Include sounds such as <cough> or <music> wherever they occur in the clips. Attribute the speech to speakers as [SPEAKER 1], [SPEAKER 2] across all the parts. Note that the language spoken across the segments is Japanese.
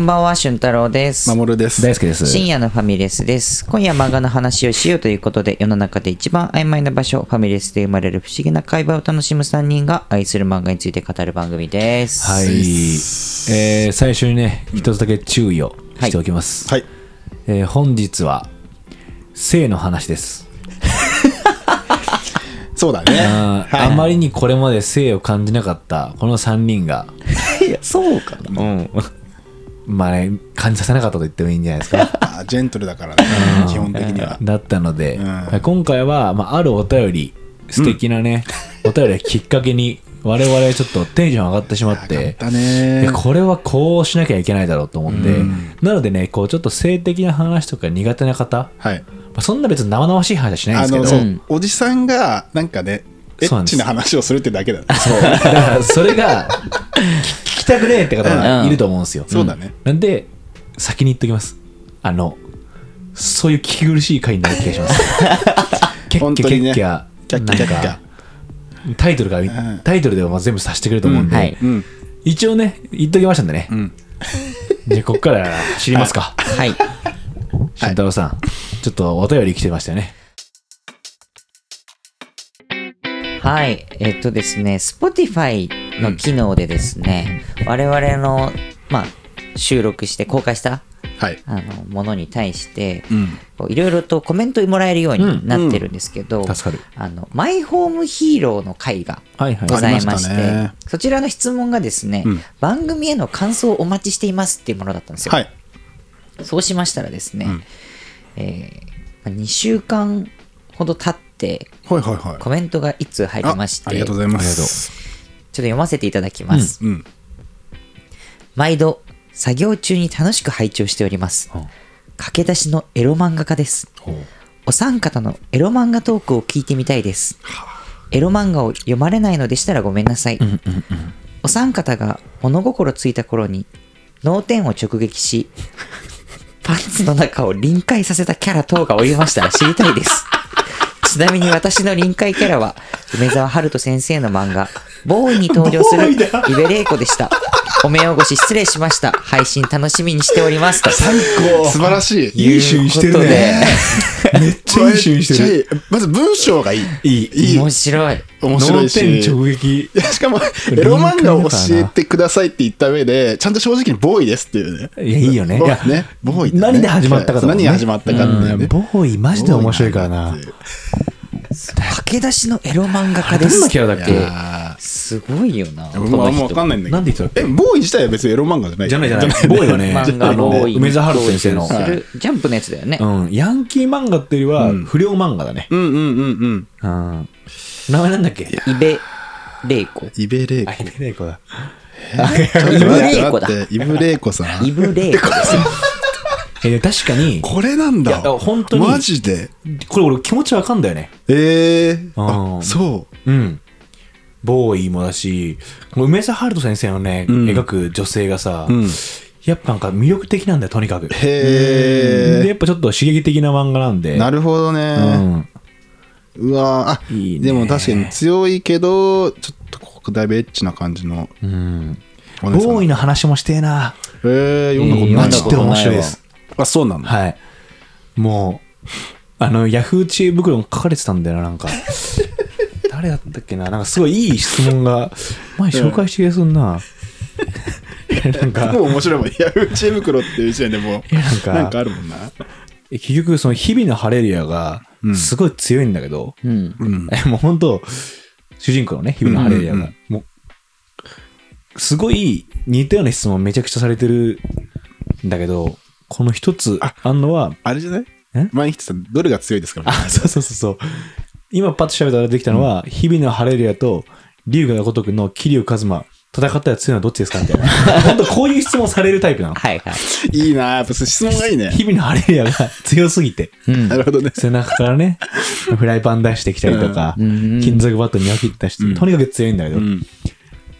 [SPEAKER 1] ばんは、俊太郎です。
[SPEAKER 2] 守です。
[SPEAKER 3] 大好きです。
[SPEAKER 1] 深夜のファミレスです。今夜は漫画の話をしようということで、世の中で一番曖昧な場所、ファミレスで生まれる不思議な会話を楽しむ3人が愛する漫画について語る番組です。
[SPEAKER 3] はい。えー最初にね、一つだけ注意をしておきます。
[SPEAKER 2] はい。
[SPEAKER 3] えー本日は、性の話です。
[SPEAKER 2] そうだね。
[SPEAKER 3] あーあまりにこれまで性を感じなかった、この3人が、
[SPEAKER 1] <laughs> いや、そうかな。うん。
[SPEAKER 3] まあね、感じさせなかったと言ってもいいんじゃ
[SPEAKER 2] <laughs>
[SPEAKER 3] ないですか。
[SPEAKER 2] あジェントルだからね、基本的には。
[SPEAKER 3] だったので、
[SPEAKER 2] うん
[SPEAKER 3] 今回は、まあ、あるお便り素敵な
[SPEAKER 2] <laughs>
[SPEAKER 3] ね、お便りをきっかけに我々ちょっとテンション上がってしまっ
[SPEAKER 2] 上が
[SPEAKER 3] て
[SPEAKER 2] ったね
[SPEAKER 3] いやこれはこうしなきゃいけないだろうと思って、なのでねこうちょっと性的な話とか苦手な方、
[SPEAKER 2] はい。
[SPEAKER 3] まあ、そんな別に生々しい話はしないん
[SPEAKER 2] あ
[SPEAKER 3] ですけ
[SPEAKER 2] の、
[SPEAKER 3] ど、
[SPEAKER 2] そううんおじさんが、なんかね、エ
[SPEAKER 3] そうな
[SPEAKER 2] ッ
[SPEAKER 3] んです
[SPEAKER 2] チな話をするってだけだね。
[SPEAKER 3] そうだから <laughs> それが聞き聞きたくねえって方がいると思うんですよ、
[SPEAKER 2] そうだね。
[SPEAKER 3] なんで先に言っときますあのそういう聞き苦しい回になる気がします
[SPEAKER 2] <laughs>
[SPEAKER 3] キャッ
[SPEAKER 2] 本
[SPEAKER 3] キャ
[SPEAKER 2] 当に
[SPEAKER 3] キャッ
[SPEAKER 2] ね
[SPEAKER 3] キャ
[SPEAKER 2] キャッキャキャッキ
[SPEAKER 3] なん
[SPEAKER 2] ャ
[SPEAKER 3] かタイトルが
[SPEAKER 2] ん
[SPEAKER 3] タイトルでは全部させてくれると思うんで、
[SPEAKER 1] うんはい
[SPEAKER 2] うん。
[SPEAKER 3] 一応ね言っときましたんでね、
[SPEAKER 2] ん
[SPEAKER 3] じゃあこっから知りますか、
[SPEAKER 1] はい。
[SPEAKER 3] 慎太郎さん、ちょっとお便り来てましたよね
[SPEAKER 1] はい、えっとですね、Spotify の機能でですね、我々の、まあ、収録して公開した
[SPEAKER 2] はい。
[SPEAKER 1] あのものに対して
[SPEAKER 2] うん。
[SPEAKER 1] こういろいろとコメントもらえるようになってるんですけど、
[SPEAKER 3] うん助かる
[SPEAKER 1] あのマイホームヒーローの会が
[SPEAKER 3] はいは
[SPEAKER 1] ございまして
[SPEAKER 2] ありましたね
[SPEAKER 1] そちらの質問がですね、
[SPEAKER 2] うん
[SPEAKER 1] 番組への感想をお待ちしていますっていうものだったんですよ、
[SPEAKER 2] はい。
[SPEAKER 1] そうしましたらですね、
[SPEAKER 2] ん
[SPEAKER 1] えーまあ2週間ほど経って
[SPEAKER 2] はいはいはい。
[SPEAKER 1] コメントが1通入りまして
[SPEAKER 2] あありがとうございま
[SPEAKER 1] ち
[SPEAKER 2] す。
[SPEAKER 1] ょっと読ませていただきます。
[SPEAKER 2] うん。
[SPEAKER 1] 毎度、作業中に楽しく拝聴しております。駆け出しのエロ漫画家です。お三方のエロ漫画トークを聞いてみたいです。エロ漫画を読まれないのでしたらごめんなさい。お三方が物心ついた頃に脳天を直撃し、パンツの中を臨界させたキャラ等がおりましたら知りたいです。ちなみに私の臨界キャラは、梅沢春人先生の漫画、ボーイに登場するイベレーコでした。お目汚し失礼しました。配信楽しみにしております。と
[SPEAKER 2] 素晴らしい。
[SPEAKER 3] いい趣味してるねめっちゃいい趣味してる
[SPEAKER 2] る。まず文章がいい。
[SPEAKER 3] いい
[SPEAKER 2] いい。
[SPEAKER 1] 面白い。
[SPEAKER 2] 面白い
[SPEAKER 3] 脳
[SPEAKER 2] し。
[SPEAKER 3] 天直撃
[SPEAKER 2] いやしかも、エロ漫画を教えてくださいって言った上で、ちゃんと正直にボーイですっていうね。
[SPEAKER 3] いやいいよね
[SPEAKER 2] ボーイ
[SPEAKER 3] いや
[SPEAKER 2] ね。ボーイってね
[SPEAKER 3] 何で始まったかとか
[SPEAKER 2] 何
[SPEAKER 3] ね
[SPEAKER 2] で始まったかっていう
[SPEAKER 3] う
[SPEAKER 2] ね。
[SPEAKER 3] んボーイマジで面白いからな
[SPEAKER 1] 駆け出しのエロ漫画家
[SPEAKER 3] あれ
[SPEAKER 1] で
[SPEAKER 3] どん
[SPEAKER 1] す
[SPEAKER 3] な。キャラだっ
[SPEAKER 2] い
[SPEAKER 3] け
[SPEAKER 2] や
[SPEAKER 1] すごいよな。
[SPEAKER 2] ー、まあ、あんまわかんないんだけど。
[SPEAKER 3] なんで言ってたっけ
[SPEAKER 2] え、ボーイ自体は別にエロ漫画じゃない
[SPEAKER 3] じゃないじゃないボーイはね
[SPEAKER 1] 漫画
[SPEAKER 3] あの
[SPEAKER 1] ボーイ
[SPEAKER 3] 梅沢春先生の
[SPEAKER 1] するジャンプのやつだよね。
[SPEAKER 3] うん、ヤンキー漫画っていうよりは不良漫画だね、
[SPEAKER 2] うんうんうんうん。
[SPEAKER 3] うん、名前なんだっけ
[SPEAKER 1] イベレイコ。
[SPEAKER 2] イベレイコ。
[SPEAKER 3] あイベレーコだ
[SPEAKER 1] イブレイコだ
[SPEAKER 2] ちょっと待ってイブレイコさ
[SPEAKER 1] イ
[SPEAKER 2] ん。
[SPEAKER 1] ブレイコですよ。
[SPEAKER 3] えー確かに
[SPEAKER 2] これなんだ
[SPEAKER 3] いや。本当に
[SPEAKER 2] マジで。
[SPEAKER 3] これ俺気持ちわかんだよね
[SPEAKER 2] えー。
[SPEAKER 3] う
[SPEAKER 2] あ、
[SPEAKER 3] ん
[SPEAKER 2] そう。
[SPEAKER 3] うん。ボーイもだし、この梅沢春人先生のね、
[SPEAKER 2] ん
[SPEAKER 3] 描く女性がさ、
[SPEAKER 2] ん
[SPEAKER 3] やっぱなんか魅力的なんだよ、とにかく。
[SPEAKER 2] へー
[SPEAKER 3] で、やっぱちょっと刺激的な漫画なんで。
[SPEAKER 2] なるほど
[SPEAKER 3] う
[SPEAKER 2] ね。
[SPEAKER 3] ん。
[SPEAKER 2] うわーあ、
[SPEAKER 3] いいね
[SPEAKER 2] でも確かに強いけど、ちょっとここだいぶエッチな感じの
[SPEAKER 3] うん。
[SPEAKER 2] お姉さん。
[SPEAKER 3] ボーイの話もしてえな。
[SPEAKER 2] えー、読んだことないわ。
[SPEAKER 3] マジで面白いです。
[SPEAKER 2] あ、そうなの
[SPEAKER 3] はい。もう、あの、ヤフー知恵袋も書かれてたんだよな、な
[SPEAKER 2] <laughs>
[SPEAKER 3] んか。誰だったっけななんかすごいいい質問が、前紹介してくれそうな。なんか、
[SPEAKER 2] もう面白いもん。ヤフー知恵袋っていう時点でもう、
[SPEAKER 3] いやなんか
[SPEAKER 2] なんかあるもんな。
[SPEAKER 3] え結局その日々のハレルヤがすごい強いんだけど、
[SPEAKER 1] うん。
[SPEAKER 2] うん。
[SPEAKER 3] えもう本当主人公のね日々のハレルヤが、
[SPEAKER 2] うんうん
[SPEAKER 3] もうすごい似たような質問めちゃくちゃされてるんだけどこの一つ
[SPEAKER 2] あ
[SPEAKER 3] あんのは <laughs>
[SPEAKER 2] あれじゃない
[SPEAKER 3] え
[SPEAKER 2] 前に言ってた、どれが強い
[SPEAKER 3] <laughs>
[SPEAKER 2] ですかみたいな
[SPEAKER 3] あそうそうそうそう今パッと調べたら出てきたのは、日々のハレルヤと龍が如くの桐生一馬戦ったら強いのはどっちですかみた
[SPEAKER 2] <laughs>
[SPEAKER 3] いな本当こういう質問されるタイプなの
[SPEAKER 1] はいはい。
[SPEAKER 2] いいなやっぱ質問がいいね。
[SPEAKER 3] 日々のハレルヤが強すぎて
[SPEAKER 1] うん
[SPEAKER 2] な。るほどね。
[SPEAKER 3] 背中からね、フライパン出してきたりとか、
[SPEAKER 1] うん
[SPEAKER 3] 金属バットに分けて出して、
[SPEAKER 2] うん
[SPEAKER 3] とにかく強いんだけど、
[SPEAKER 2] うん。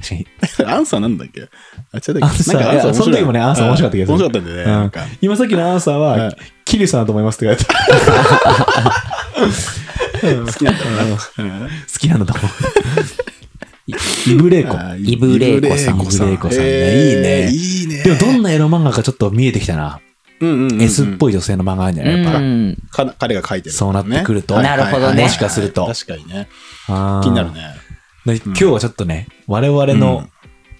[SPEAKER 3] 確かに
[SPEAKER 2] アンサーなんだっけあ、違うだ
[SPEAKER 3] ア
[SPEAKER 2] っ
[SPEAKER 3] ン
[SPEAKER 2] け
[SPEAKER 3] サー
[SPEAKER 2] なんか
[SPEAKER 3] いやその時もねアンサー面白かった
[SPEAKER 2] け
[SPEAKER 3] け
[SPEAKER 2] ど。
[SPEAKER 3] ど
[SPEAKER 2] 面白かったんだよね。
[SPEAKER 3] うん
[SPEAKER 2] なんか。
[SPEAKER 3] 今さっきのアンサー
[SPEAKER 2] うん
[SPEAKER 3] は、桐生さんだと思いますって書いてあった。好きなんだろうな。好きなんだと思イブレイコ。
[SPEAKER 2] あー
[SPEAKER 1] イブレイコさん
[SPEAKER 3] イブレイコさん
[SPEAKER 2] え
[SPEAKER 3] ね。
[SPEAKER 2] ーい
[SPEAKER 3] いいね。
[SPEAKER 2] いね。
[SPEAKER 3] でもどんなエロ漫画かちょっと見えてきたな。
[SPEAKER 2] うんうんうんうん
[SPEAKER 3] S っぽい女性の漫画あるんじゃないやっぱ。
[SPEAKER 1] うん
[SPEAKER 2] か彼が書いてる、
[SPEAKER 3] そうなってくると
[SPEAKER 2] はいはいはい
[SPEAKER 1] なるほどね
[SPEAKER 2] は
[SPEAKER 1] も
[SPEAKER 2] い
[SPEAKER 1] し
[SPEAKER 3] かすると
[SPEAKER 2] 確かにね。
[SPEAKER 3] あー
[SPEAKER 2] 気になる。ね。
[SPEAKER 3] で今日はちょっとね、我々
[SPEAKER 2] う
[SPEAKER 3] の
[SPEAKER 2] ん、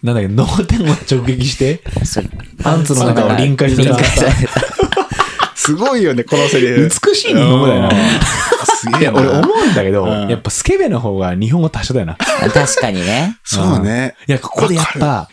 [SPEAKER 3] なんだっけ、脳天を直撃して、
[SPEAKER 1] それ
[SPEAKER 3] パンツの中を臨界して
[SPEAKER 1] 臨界
[SPEAKER 3] た。
[SPEAKER 2] すごいよね、このセリフ。
[SPEAKER 3] 美しい日本語だよな
[SPEAKER 2] うんす
[SPEAKER 3] い
[SPEAKER 2] げえ
[SPEAKER 3] や、
[SPEAKER 2] な。
[SPEAKER 3] 俺思うんだけど、
[SPEAKER 2] うん
[SPEAKER 3] やっぱスケベの方が日本語達者だよな。
[SPEAKER 1] 確かにね。
[SPEAKER 2] そうね。
[SPEAKER 3] いや、ここでやっぱ、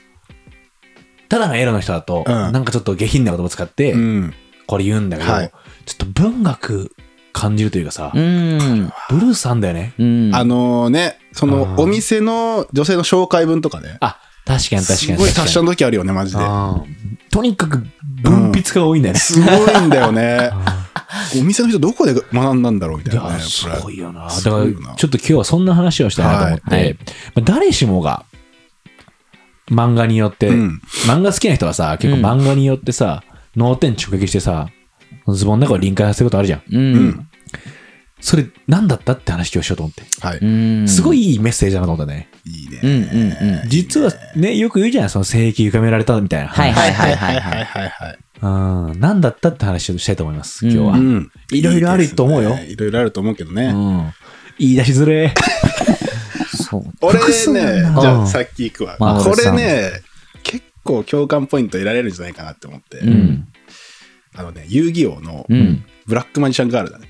[SPEAKER 3] ただのエロの人だと、
[SPEAKER 2] うん
[SPEAKER 3] なんかちょっと下品な言葉使って、
[SPEAKER 2] うん。
[SPEAKER 3] これ言うんだけど、
[SPEAKER 2] はい
[SPEAKER 3] ちょっと文学感じるというかさ
[SPEAKER 1] う、ん。
[SPEAKER 3] ブルースあんだよね。
[SPEAKER 1] うん。
[SPEAKER 2] あのね、そ
[SPEAKER 3] あ
[SPEAKER 2] の
[SPEAKER 3] ー
[SPEAKER 2] お店の女性の紹介文とかね。
[SPEAKER 3] あ、確かに確かに
[SPEAKER 2] すごい達者の時あるよね、マジで。
[SPEAKER 3] うんとにかく文筆が多いんだよね。
[SPEAKER 2] すごいんだよね。
[SPEAKER 3] う
[SPEAKER 2] お店の人どこで学んだんだろうみた
[SPEAKER 3] ん
[SPEAKER 2] い
[SPEAKER 3] い
[SPEAKER 2] な
[SPEAKER 3] や、
[SPEAKER 2] ね。
[SPEAKER 3] すごいよな。だ
[SPEAKER 2] す
[SPEAKER 3] か
[SPEAKER 2] ご
[SPEAKER 3] ら、
[SPEAKER 2] い
[SPEAKER 3] ち
[SPEAKER 2] よ
[SPEAKER 3] ょ
[SPEAKER 2] な
[SPEAKER 3] っと今日はそんな話をしたいなと思って、
[SPEAKER 1] はいはい
[SPEAKER 3] まあ誰しもが漫画によって、
[SPEAKER 2] うん
[SPEAKER 3] 漫画好きな人はさ、結構漫画によってさ、脳天直撃してさ、ズボンの中を臨界させることあるじゃん。
[SPEAKER 1] う。
[SPEAKER 2] うんん。
[SPEAKER 3] それ、何だったって話今日しようと思って。
[SPEAKER 2] はい。
[SPEAKER 1] うん。
[SPEAKER 3] すご
[SPEAKER 1] い。
[SPEAKER 3] いいいメッセージだなと思ったね。
[SPEAKER 2] いいね。
[SPEAKER 1] うんうんうん。
[SPEAKER 3] 実はね、よく言うじゃん、その性域歪められたみたいな。
[SPEAKER 1] はいはいはいはいは。
[SPEAKER 2] はいいはいはい。
[SPEAKER 3] うん。何だったって話をしたいと思います、今日は。
[SPEAKER 1] う
[SPEAKER 2] うん。
[SPEAKER 3] いろいろあると思うよ
[SPEAKER 2] いいですねいろいろあると思うけどね。
[SPEAKER 3] うん言い出しづれえ。
[SPEAKER 1] そう。
[SPEAKER 2] 俺
[SPEAKER 3] 複数
[SPEAKER 2] ね、
[SPEAKER 3] なんだ
[SPEAKER 2] じ
[SPEAKER 3] う
[SPEAKER 2] ゃ
[SPEAKER 3] ん
[SPEAKER 2] あさっき行くわ。
[SPEAKER 1] まあ
[SPEAKER 2] こ
[SPEAKER 1] 俺さ
[SPEAKER 2] れね、結構共感ポイント得られるんじゃないかなって思って。
[SPEAKER 1] うん。
[SPEAKER 2] あのね、遊戯王の
[SPEAKER 1] うん。
[SPEAKER 2] ブラックマジシャンガールだね。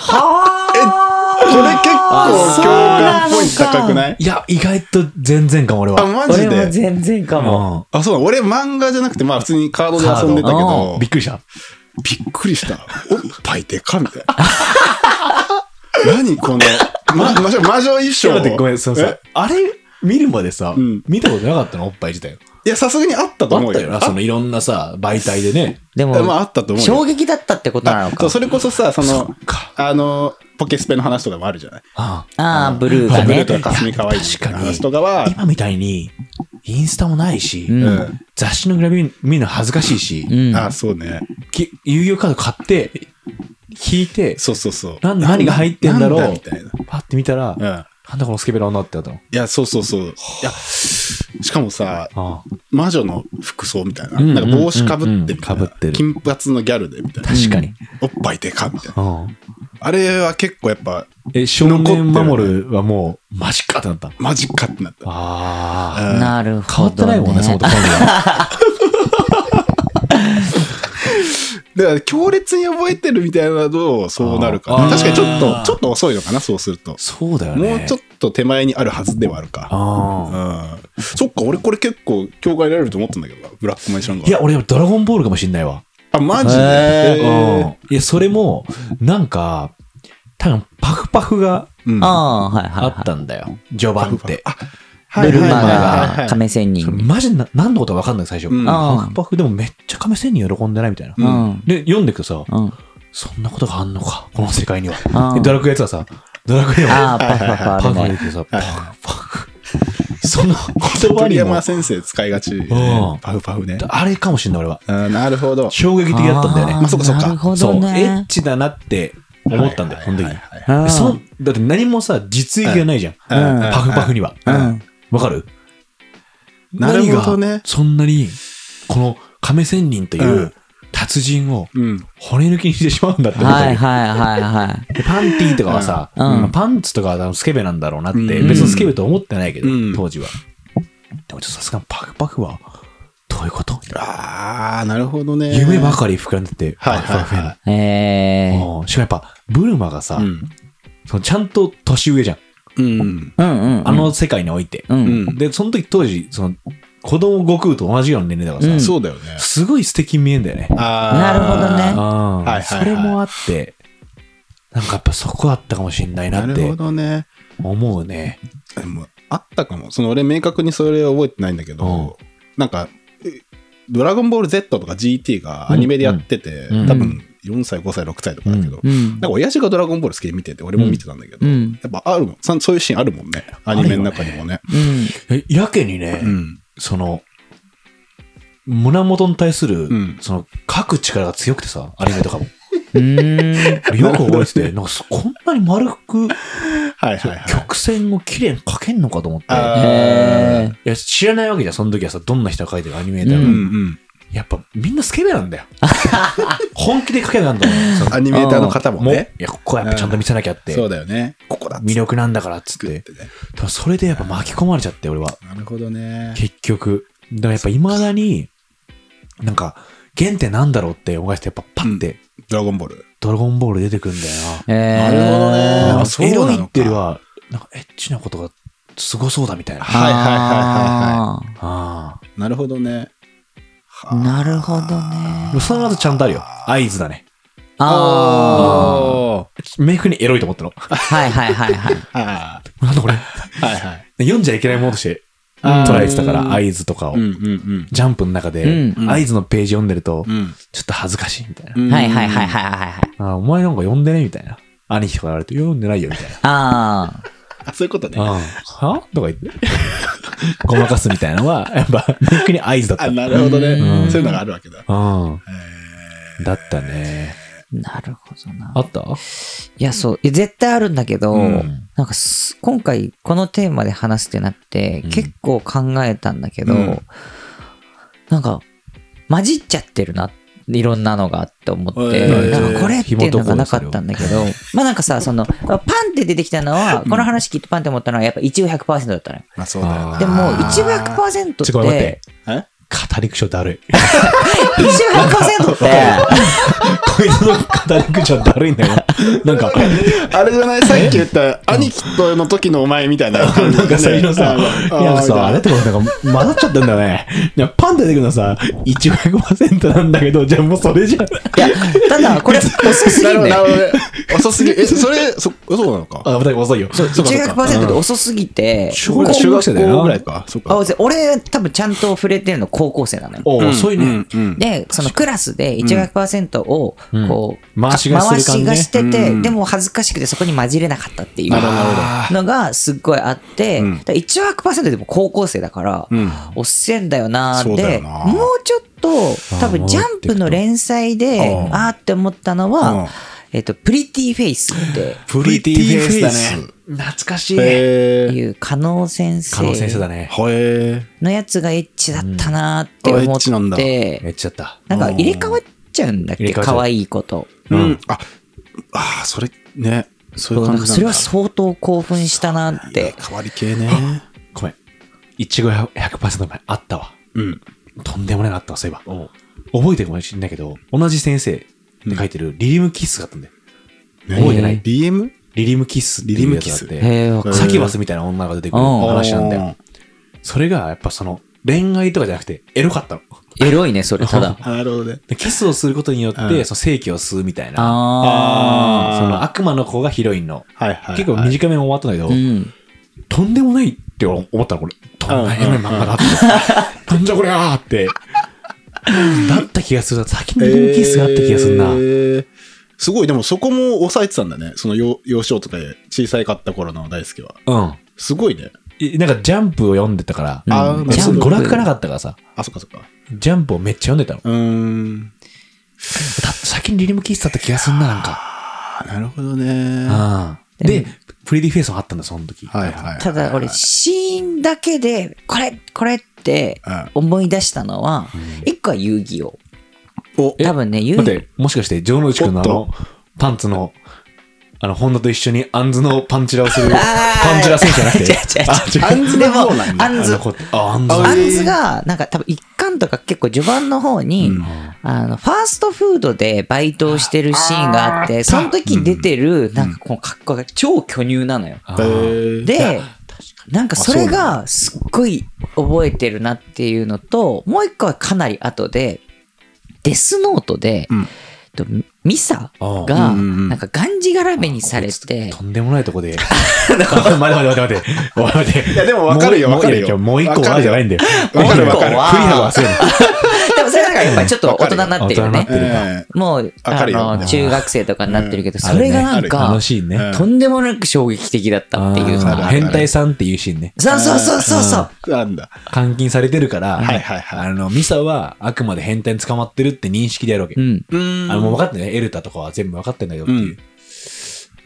[SPEAKER 3] は
[SPEAKER 2] これ結構共感ポイント高くない
[SPEAKER 3] いや、意外と全然かも、俺は。
[SPEAKER 2] あ、マジ
[SPEAKER 1] 俺も
[SPEAKER 2] で。
[SPEAKER 1] 全然かも。
[SPEAKER 2] あ、そうなの俺漫画じゃなくて、まあ普通にカードで遊んでたけ
[SPEAKER 1] カー
[SPEAKER 3] う
[SPEAKER 2] ど
[SPEAKER 3] ん。び、っくりした。
[SPEAKER 2] びっくりした。おっぱいでかみたいな。何この、ま、魔女魔女衣
[SPEAKER 3] ちょっ
[SPEAKER 2] 装
[SPEAKER 3] と待って、ごめん、すみません
[SPEAKER 2] え。
[SPEAKER 3] あれ、見るまでさ
[SPEAKER 2] うん、
[SPEAKER 3] 見たことなかったの、おっぱい自体。
[SPEAKER 2] いや、さすがにあったと
[SPEAKER 3] あ
[SPEAKER 2] 思
[SPEAKER 3] っ
[SPEAKER 2] う
[SPEAKER 3] た
[SPEAKER 2] よ。
[SPEAKER 3] よな、そのいろんなさ、媒体でね。
[SPEAKER 1] で
[SPEAKER 2] あまああ
[SPEAKER 1] も、
[SPEAKER 2] ったと思うよ
[SPEAKER 1] 衝。撃だったってことなの
[SPEAKER 2] そ
[SPEAKER 1] か
[SPEAKER 2] う。それこそさ、そ
[SPEAKER 3] そ
[SPEAKER 2] の
[SPEAKER 3] っ、か。
[SPEAKER 2] あの、ポケスペの話とかもあるじゃない
[SPEAKER 3] あ
[SPEAKER 1] ああ、ブルー
[SPEAKER 2] ブ
[SPEAKER 1] が
[SPEAKER 2] ル
[SPEAKER 1] ね
[SPEAKER 2] ー。とか霞可愛いみたいな話とか
[SPEAKER 3] あ
[SPEAKER 2] は、
[SPEAKER 3] 今みたいに、インスタもないし、
[SPEAKER 1] うん
[SPEAKER 2] う
[SPEAKER 3] 雑誌のグラビア見るの恥ずかしいし、
[SPEAKER 1] うん
[SPEAKER 2] ん。。あ、そうね。
[SPEAKER 3] き遊戯王カード買って、引いて、
[SPEAKER 2] そうそうそう。
[SPEAKER 3] なん何が入ってんだろう
[SPEAKER 2] なみたいな。
[SPEAKER 3] パッて見たら、
[SPEAKER 2] うん。
[SPEAKER 3] なんだこのスケベラ女ってなったの。
[SPEAKER 2] いや、そうそうそう。いや、しかもさ、
[SPEAKER 3] ああ
[SPEAKER 2] 魔女の服装みたいな。
[SPEAKER 3] うん
[SPEAKER 2] なんか帽子かぶってみたい
[SPEAKER 3] うんうん
[SPEAKER 2] な。
[SPEAKER 3] 被ってる
[SPEAKER 2] 金髪のギャルでみたいな。
[SPEAKER 3] 確かに。
[SPEAKER 2] おっぱいでかみたいな。
[SPEAKER 3] うん
[SPEAKER 2] あれは結構やっぱ、
[SPEAKER 3] え、少年守るはもう、マジかってなった。
[SPEAKER 2] マジかってなった。
[SPEAKER 3] ああ。
[SPEAKER 2] うん
[SPEAKER 1] なる
[SPEAKER 3] 変
[SPEAKER 1] ほ
[SPEAKER 3] わって
[SPEAKER 1] ど。
[SPEAKER 3] ないもんね、その
[SPEAKER 1] ね
[SPEAKER 3] 男は。
[SPEAKER 2] だから強烈に覚えてるみたいなと、そうなるか
[SPEAKER 3] あー
[SPEAKER 2] ら。確かにちょっ
[SPEAKER 3] あー
[SPEAKER 2] と、ちょっと遅いのかな、そうすると。
[SPEAKER 3] そうだよね。
[SPEAKER 2] もうちょっと手前にあるはずではあるか。
[SPEAKER 3] ああ。
[SPEAKER 2] うん。そっか、俺これ結構共感得られると思ったんだけどな、ブラックマジシャンが。
[SPEAKER 3] いや、、俺、ドラゴンボールかもしんないわ。
[SPEAKER 2] あ、マジで。
[SPEAKER 1] へ
[SPEAKER 3] うんいや、それも、なんか、多分パフパフが
[SPEAKER 2] うん
[SPEAKER 1] ああ、はいはい
[SPEAKER 3] あ
[SPEAKER 1] はい。
[SPEAKER 3] ったんだよ。序盤って。
[SPEAKER 2] はい
[SPEAKER 1] ブ
[SPEAKER 2] はい
[SPEAKER 1] ルマ
[SPEAKER 2] はいはいは
[SPEAKER 1] が
[SPEAKER 2] い
[SPEAKER 1] 亀仙
[SPEAKER 3] それ
[SPEAKER 1] 人。
[SPEAKER 3] マジでな何のことか分かんない、最初。
[SPEAKER 2] うん
[SPEAKER 3] パ
[SPEAKER 1] あ
[SPEAKER 3] フパフでもめっちゃ亀仙人喜んでないみたいな。
[SPEAKER 1] う
[SPEAKER 2] うんん。
[SPEAKER 3] で、読んでいくとさ、
[SPEAKER 1] うん。
[SPEAKER 3] そんなことがあんのか、この世界には
[SPEAKER 1] あ。ー
[SPEAKER 3] でドラクエやつはさ、ドラクエは
[SPEAKER 1] ああ、パフパフあ
[SPEAKER 3] パ
[SPEAKER 1] る
[SPEAKER 3] フで
[SPEAKER 1] ね。
[SPEAKER 3] てさ、パフパフ。その言葉
[SPEAKER 2] 鳥
[SPEAKER 3] にも
[SPEAKER 2] 山、先生使いがち。
[SPEAKER 3] ん
[SPEAKER 2] パフパフね。
[SPEAKER 3] あれかもしんない、俺は。
[SPEAKER 2] あなるほど。
[SPEAKER 3] 衝撃的だったんだよね。
[SPEAKER 1] あー
[SPEAKER 2] まあそっかそっか
[SPEAKER 1] なるほ
[SPEAKER 3] そう、
[SPEAKER 1] ど
[SPEAKER 3] エ
[SPEAKER 1] ね
[SPEAKER 3] ッ。チだなって思ったんだよ、その時に。
[SPEAKER 1] うん
[SPEAKER 3] えそんだって何もさ、実益がないじゃん。
[SPEAKER 2] うん
[SPEAKER 3] パフパフには。
[SPEAKER 1] う
[SPEAKER 3] わ
[SPEAKER 1] ん。
[SPEAKER 3] かる
[SPEAKER 2] なるほどね
[SPEAKER 3] 何がそんなに、この亀仙人と
[SPEAKER 2] う
[SPEAKER 3] いうん達人を
[SPEAKER 2] うん。
[SPEAKER 3] 骨抜きにしてしまうんだって思ったわ
[SPEAKER 1] は
[SPEAKER 3] け
[SPEAKER 1] いはいはいはい。
[SPEAKER 3] でパンティーとかはさ、
[SPEAKER 1] うんうん
[SPEAKER 3] まあパンツとかは多分スケベなんだろうなって、
[SPEAKER 2] うん
[SPEAKER 3] 別にスケベとは思ってないけど、
[SPEAKER 2] うん
[SPEAKER 3] 当時は。でもちょっとさすがにパクパクは、どういうことみたいな
[SPEAKER 2] ああ、なるほどね。
[SPEAKER 3] 夢ばかり膨らんでて、
[SPEAKER 2] はいはい
[SPEAKER 3] パクパク
[SPEAKER 2] は
[SPEAKER 1] えー。
[SPEAKER 3] うんしかもやっぱ、ブルマがさ、
[SPEAKER 2] い。
[SPEAKER 3] そのちゃんと年上じゃん。
[SPEAKER 2] うん。うん。
[SPEAKER 1] うんうんうん。
[SPEAKER 3] あの世界において。
[SPEAKER 1] う。
[SPEAKER 2] うんん。
[SPEAKER 3] で、その時当時、その、子供悟空と同じような年齢だから
[SPEAKER 1] うん
[SPEAKER 3] さ、
[SPEAKER 2] そうだよね。
[SPEAKER 3] すごい素敵に見えんだよね。
[SPEAKER 1] なるほどね
[SPEAKER 3] あ
[SPEAKER 2] はいはいは
[SPEAKER 3] あ、
[SPEAKER 2] い
[SPEAKER 3] それもあって、なんかやっぱそこあったかもしんないな
[SPEAKER 2] な
[SPEAKER 3] っ
[SPEAKER 2] るほ
[SPEAKER 3] て
[SPEAKER 2] どね。
[SPEAKER 3] 思うね。
[SPEAKER 2] でも、あったかも。その俺明確にそれは覚えてないんだけど、なんか、えドラゴンボール Z とか GT がアニメでやってて、
[SPEAKER 3] うんうん
[SPEAKER 2] 多分4歳、5歳、6歳とかだけど、
[SPEAKER 1] うん
[SPEAKER 2] なんか親父がドラゴンボール好きで見てて、俺も見てたんだけ
[SPEAKER 1] う
[SPEAKER 2] ど、
[SPEAKER 1] ん。
[SPEAKER 2] やっぱあるもんさそういうシーンあるもんね。アニメの中にもね。
[SPEAKER 1] うん。
[SPEAKER 3] えやけにね、
[SPEAKER 2] うん。
[SPEAKER 3] その、胸元に対す
[SPEAKER 2] う
[SPEAKER 3] る、
[SPEAKER 2] ん
[SPEAKER 3] その、書く力が強く
[SPEAKER 1] <laughs>
[SPEAKER 3] てさ、アニメとかも。
[SPEAKER 1] うーん。
[SPEAKER 3] よく覚えてて、なんかそこんなに丸く
[SPEAKER 2] はいはいはい。
[SPEAKER 3] 曲線を綺麗に描けんのかと思って。
[SPEAKER 2] あー
[SPEAKER 1] へー
[SPEAKER 3] いや、知らないわけじゃん、その時はさ、どんな人が描いてるアニメータ
[SPEAKER 2] う
[SPEAKER 3] ー
[SPEAKER 2] ん
[SPEAKER 3] が。
[SPEAKER 2] うん。
[SPEAKER 3] やっぱみんなスケベなん
[SPEAKER 2] <laughs>
[SPEAKER 3] だよ。本気で描けなんだもん。その
[SPEAKER 2] アニメーターの方も
[SPEAKER 3] もうい
[SPEAKER 2] ね。
[SPEAKER 3] や、ここはやっぱちゃんと見せなきゃって。
[SPEAKER 2] そうだよね。ここだっ
[SPEAKER 3] 魅力なんだからっつって。
[SPEAKER 2] てね。
[SPEAKER 3] 多分それでやっぱ巻き込まれちゃって、俺は。
[SPEAKER 2] なるほどね。
[SPEAKER 3] 結局。だからやっぱ未だに、なんか、原点なんだろうって思い出して、やっぱパッて、
[SPEAKER 2] ドラゴンボール。
[SPEAKER 3] ドラゴンボール出てくんだよ
[SPEAKER 1] な
[SPEAKER 3] な。
[SPEAKER 2] なるほどね
[SPEAKER 3] うん
[SPEAKER 2] あ
[SPEAKER 3] なんか
[SPEAKER 2] そうな
[SPEAKER 3] エ
[SPEAKER 2] の
[SPEAKER 3] ロ
[SPEAKER 2] か
[SPEAKER 3] いっていうよりは、なんかエッチなことがすごそうだみたいな。あ
[SPEAKER 2] はいはいはいはいは
[SPEAKER 3] あー。
[SPEAKER 2] い。なるほどね。はあ
[SPEAKER 1] なるほどね。
[SPEAKER 3] でもその後ちゃんとあるよ。合図だ
[SPEAKER 2] <laughs>
[SPEAKER 3] ね。
[SPEAKER 1] あ
[SPEAKER 2] あ
[SPEAKER 3] メイクにエロいと思ったの。
[SPEAKER 1] あ。はいはいはいはい。
[SPEAKER 2] あ。は
[SPEAKER 3] なんだこれ。
[SPEAKER 2] いはい。
[SPEAKER 3] 読んじゃいけないものとして
[SPEAKER 2] あー
[SPEAKER 3] 捉えてたから、合図とかを
[SPEAKER 2] うん。うん
[SPEAKER 3] ジャンプの中で
[SPEAKER 1] う、ん
[SPEAKER 3] 合図のページ読んでると
[SPEAKER 2] う、ん。
[SPEAKER 3] ちょっと恥ずかしいみたいな。
[SPEAKER 2] うん。
[SPEAKER 1] はいはいはいはいはいはい。
[SPEAKER 3] あーお前なんか読んでねみたいな。兄貴とか言われて、いや読んでないよみたいな。
[SPEAKER 1] ああ。
[SPEAKER 2] あ <laughs> そういうことね。
[SPEAKER 3] あーはとか言って。ごまかすみたいなの
[SPEAKER 2] <laughs>
[SPEAKER 3] は、やっぱ、メイクに合図だった。
[SPEAKER 2] あ、
[SPEAKER 3] う
[SPEAKER 2] なるほどね
[SPEAKER 1] うん。
[SPEAKER 2] そういうのがあるわけだ。
[SPEAKER 3] ん。
[SPEAKER 2] へー
[SPEAKER 3] だったね。
[SPEAKER 1] なるほどな
[SPEAKER 3] あ。った
[SPEAKER 1] いや、そう。いや絶対あるんだけど、
[SPEAKER 3] うん
[SPEAKER 1] なんかす、今回このテーマで話すってなって、
[SPEAKER 3] うん
[SPEAKER 1] 結構考えたんだけど、
[SPEAKER 2] うん
[SPEAKER 1] なんか、混じっちゃってるな。いろんなのがって思って、
[SPEAKER 2] えー
[SPEAKER 1] なんかこれっていうのがなかったんだけど、 <laughs> まあなんかさ、その、パンって出てきたのは、この話聞いてパンって思ったのは、やっぱ一部100%だったのよ。
[SPEAKER 2] まあそうだよ
[SPEAKER 3] あ
[SPEAKER 2] な
[SPEAKER 3] ー
[SPEAKER 1] でも、一部100%
[SPEAKER 3] ちょ、ごめん
[SPEAKER 1] っ
[SPEAKER 3] 待っ
[SPEAKER 1] て、。
[SPEAKER 3] て
[SPEAKER 2] え
[SPEAKER 3] 語り口調だるい。 <laughs>
[SPEAKER 1] 一部100%って、
[SPEAKER 2] <laughs>
[SPEAKER 3] こいつの語り口調だるいんだよ。なんか、
[SPEAKER 2] あれじゃないさっき言った兄貴との時のお前みたいな感じで。
[SPEAKER 3] なんか最初さ、
[SPEAKER 2] あ
[SPEAKER 3] い
[SPEAKER 2] あ
[SPEAKER 3] やさ、あれってことなんか混ざっちゃってんだよね。いや、パン出てくるのはさ、100%なんだけど、じゃあもうそれじゃん。
[SPEAKER 1] いや、ただ、これ、遅すぎ
[SPEAKER 2] <laughs> な
[SPEAKER 1] る
[SPEAKER 2] る
[SPEAKER 1] ん
[SPEAKER 2] ほど、
[SPEAKER 1] だ
[SPEAKER 2] な
[SPEAKER 1] よ。
[SPEAKER 2] るほどね。遅すぎる。え、それ、そ、そうなのか。
[SPEAKER 3] あ、また遅いよ。
[SPEAKER 1] 一部
[SPEAKER 2] そうか
[SPEAKER 1] 100%って遅すぎて、
[SPEAKER 3] 小学中学生だよな
[SPEAKER 2] 高校ぐらいか。そう
[SPEAKER 1] あ
[SPEAKER 2] か。
[SPEAKER 1] 俺、多分ちゃんと触れてるの高校生なのよ。
[SPEAKER 3] おう
[SPEAKER 2] うん
[SPEAKER 3] 遅いね。。
[SPEAKER 2] うんうん
[SPEAKER 1] で、そのクラスで100%を、
[SPEAKER 3] うん
[SPEAKER 1] こう、
[SPEAKER 3] 回しがする感じね
[SPEAKER 1] 回しがしてて、
[SPEAKER 2] うん
[SPEAKER 1] でも恥ずかしくてそこに混じれなかったってい
[SPEAKER 2] なるほどなる
[SPEAKER 1] うのがすっごいあって、
[SPEAKER 2] うん
[SPEAKER 1] だから100%でも高校生だから、
[SPEAKER 2] うん
[SPEAKER 1] おっせんだよな
[SPEAKER 2] そ
[SPEAKER 1] ー
[SPEAKER 2] うだ
[SPEAKER 1] で、
[SPEAKER 2] よな
[SPEAKER 1] もうちょっと、多
[SPEAKER 3] あ
[SPEAKER 1] 分
[SPEAKER 3] ー
[SPEAKER 1] ジャンプの連載で、
[SPEAKER 2] うん
[SPEAKER 1] あーって思ったの
[SPEAKER 2] うん
[SPEAKER 1] は、えっと、プリティフェイスっ
[SPEAKER 3] プ
[SPEAKER 2] リティフェイスだね
[SPEAKER 3] 懐かしい。
[SPEAKER 1] て
[SPEAKER 2] へえ。
[SPEAKER 1] いう、加納先生
[SPEAKER 3] 加納先生だね。
[SPEAKER 2] はえ。
[SPEAKER 1] のやつがエッチだったなーって
[SPEAKER 2] うんあエ
[SPEAKER 1] 思
[SPEAKER 2] ッチなん
[SPEAKER 1] っ
[SPEAKER 2] だ
[SPEAKER 1] て、
[SPEAKER 3] めっちゃだっ
[SPEAKER 1] なんか入れ替わっちゃうんだっ
[SPEAKER 3] 入
[SPEAKER 1] け
[SPEAKER 3] れ替わっちゃう
[SPEAKER 1] 可愛い子と。
[SPEAKER 2] う
[SPEAKER 3] うん
[SPEAKER 2] ん。あ、あー、それ、ね。そういう
[SPEAKER 1] な
[SPEAKER 2] 感
[SPEAKER 1] ん
[SPEAKER 2] じ
[SPEAKER 1] か
[SPEAKER 2] なんだ。
[SPEAKER 1] それは相当興奮したなって。
[SPEAKER 2] 変わり系ね。
[SPEAKER 3] た。ごめん。いちご100%前あったわ。
[SPEAKER 2] うん。
[SPEAKER 3] とんでもないのあったわ、そういえば。覚えてるかもしれないけど、同じ先生って書いてるリリムキッスがあったんだよ。覚えてない
[SPEAKER 2] ?DM?
[SPEAKER 3] リリムキッスっていうやつがあって。
[SPEAKER 2] リリムキッ
[SPEAKER 1] へえ、わか
[SPEAKER 2] うん
[SPEAKER 1] る。
[SPEAKER 3] サキバスみたいな女が出てくる話なんだよ。それがやっぱその恋愛とかじゃなくてエロかったの。
[SPEAKER 1] エロいね、それ、ただ
[SPEAKER 2] <laughs> あ。ー。なるほどね。
[SPEAKER 3] でキスをすることによって、
[SPEAKER 2] うん
[SPEAKER 3] その性器を吸うみたいな。
[SPEAKER 1] あ
[SPEAKER 2] ー
[SPEAKER 3] その悪魔の子がヒロインの。
[SPEAKER 2] はいはいはい。
[SPEAKER 3] 結構短めに終わったんだけど、
[SPEAKER 1] あ。うん。
[SPEAKER 3] とんでもないって思ったの、これ。とんでもない漫画だって。なんじゃこりゃーって。だった気がするな。先にリリムキッスがあった気がするな。
[SPEAKER 2] えーすごい、でもそこも抑えてたんだね。その幼幼少とかで小さいかった頃の大輔は。
[SPEAKER 3] うん
[SPEAKER 2] すごいね。
[SPEAKER 3] い。なんかジャンプを読んでたから、
[SPEAKER 1] うん
[SPEAKER 2] あー
[SPEAKER 1] ジャンプ
[SPEAKER 3] 娯楽がなかったからさ、
[SPEAKER 2] あ、そっかそっか。
[SPEAKER 3] ジャンプをめっちゃ読んでたの。
[SPEAKER 2] うーん。
[SPEAKER 3] だ先にリリムキッスだった気がするな、なんか。
[SPEAKER 2] あーなるほどね。は
[SPEAKER 3] うん。で、プリディフェイスもあったんだ、その時。
[SPEAKER 2] いはいはい。
[SPEAKER 1] ただ、俺、シーンだけで、これ、これって
[SPEAKER 2] うん
[SPEAKER 1] 思い出したのは、一個は遊戯王。
[SPEAKER 2] お、
[SPEAKER 1] 多分ね、遊
[SPEAKER 3] 待っ
[SPEAKER 1] 戯
[SPEAKER 3] て、もしかして、城之内くん
[SPEAKER 2] お
[SPEAKER 3] のあ
[SPEAKER 2] っと
[SPEAKER 3] の、パンツの、あの、本田と一緒にアンズのパンチラをする、
[SPEAKER 1] あー
[SPEAKER 3] パンチラ選手じゃなくて。
[SPEAKER 1] 違
[SPEAKER 2] アンズ
[SPEAKER 1] で
[SPEAKER 2] の
[SPEAKER 1] も
[SPEAKER 2] 方なん、だ
[SPEAKER 1] アンズ
[SPEAKER 3] あの。子あ、アンズ。
[SPEAKER 2] あ
[SPEAKER 1] アンズが、なんか多分一巻とか結構序盤の方に、
[SPEAKER 2] うん
[SPEAKER 1] あの、ファーストフードでバイトをしてるシーンがあって、その時に出てる、なんかこの格好が超巨乳なのよ。
[SPEAKER 3] あ
[SPEAKER 2] え
[SPEAKER 3] ー
[SPEAKER 2] ー、
[SPEAKER 1] で、なんかそれ
[SPEAKER 2] あそう
[SPEAKER 1] がすっごい覚えてるなっていうのと、もう一個はかなり後で、デスノートで、
[SPEAKER 2] うん
[SPEAKER 1] とミサ
[SPEAKER 3] あ
[SPEAKER 1] が、
[SPEAKER 2] うんうんうん
[SPEAKER 1] なんかがんじがらめにされて、
[SPEAKER 3] とんでもないと
[SPEAKER 2] <laughs>
[SPEAKER 3] こで。 <laughs> 待て待て待て待ておい待て。い
[SPEAKER 2] やでも分かるよ分かるよ
[SPEAKER 3] もう一個はじゃないんだよ。
[SPEAKER 2] 分かる分かる
[SPEAKER 3] もう一個はクリアはせるの。
[SPEAKER 1] でもそれなんかやっぱりちょっと大人になってるよ
[SPEAKER 3] わ
[SPEAKER 1] ね
[SPEAKER 3] か。るよ
[SPEAKER 2] え
[SPEAKER 1] もう、
[SPEAKER 2] わか
[SPEAKER 1] あ
[SPEAKER 2] るよ
[SPEAKER 1] の、中学生とかになってるけど、
[SPEAKER 3] うん
[SPEAKER 1] それがなん
[SPEAKER 2] あ
[SPEAKER 1] か
[SPEAKER 3] 楽、しいね。
[SPEAKER 2] うん
[SPEAKER 1] とんでもなく衝撃的だったっていう
[SPEAKER 3] あー
[SPEAKER 1] さ。
[SPEAKER 3] 変態さんっていうシーンね。
[SPEAKER 1] そうそうそうそうそう。
[SPEAKER 2] ーなんだ。
[SPEAKER 3] 監禁されてるから、
[SPEAKER 2] はいはいはい
[SPEAKER 3] あの、ミサはあくまで変態に捕まってるって認識でやるわけ。
[SPEAKER 1] うん。
[SPEAKER 2] うん
[SPEAKER 3] あの、もう分かってね、エルタとかは全部分かってんだよっていう。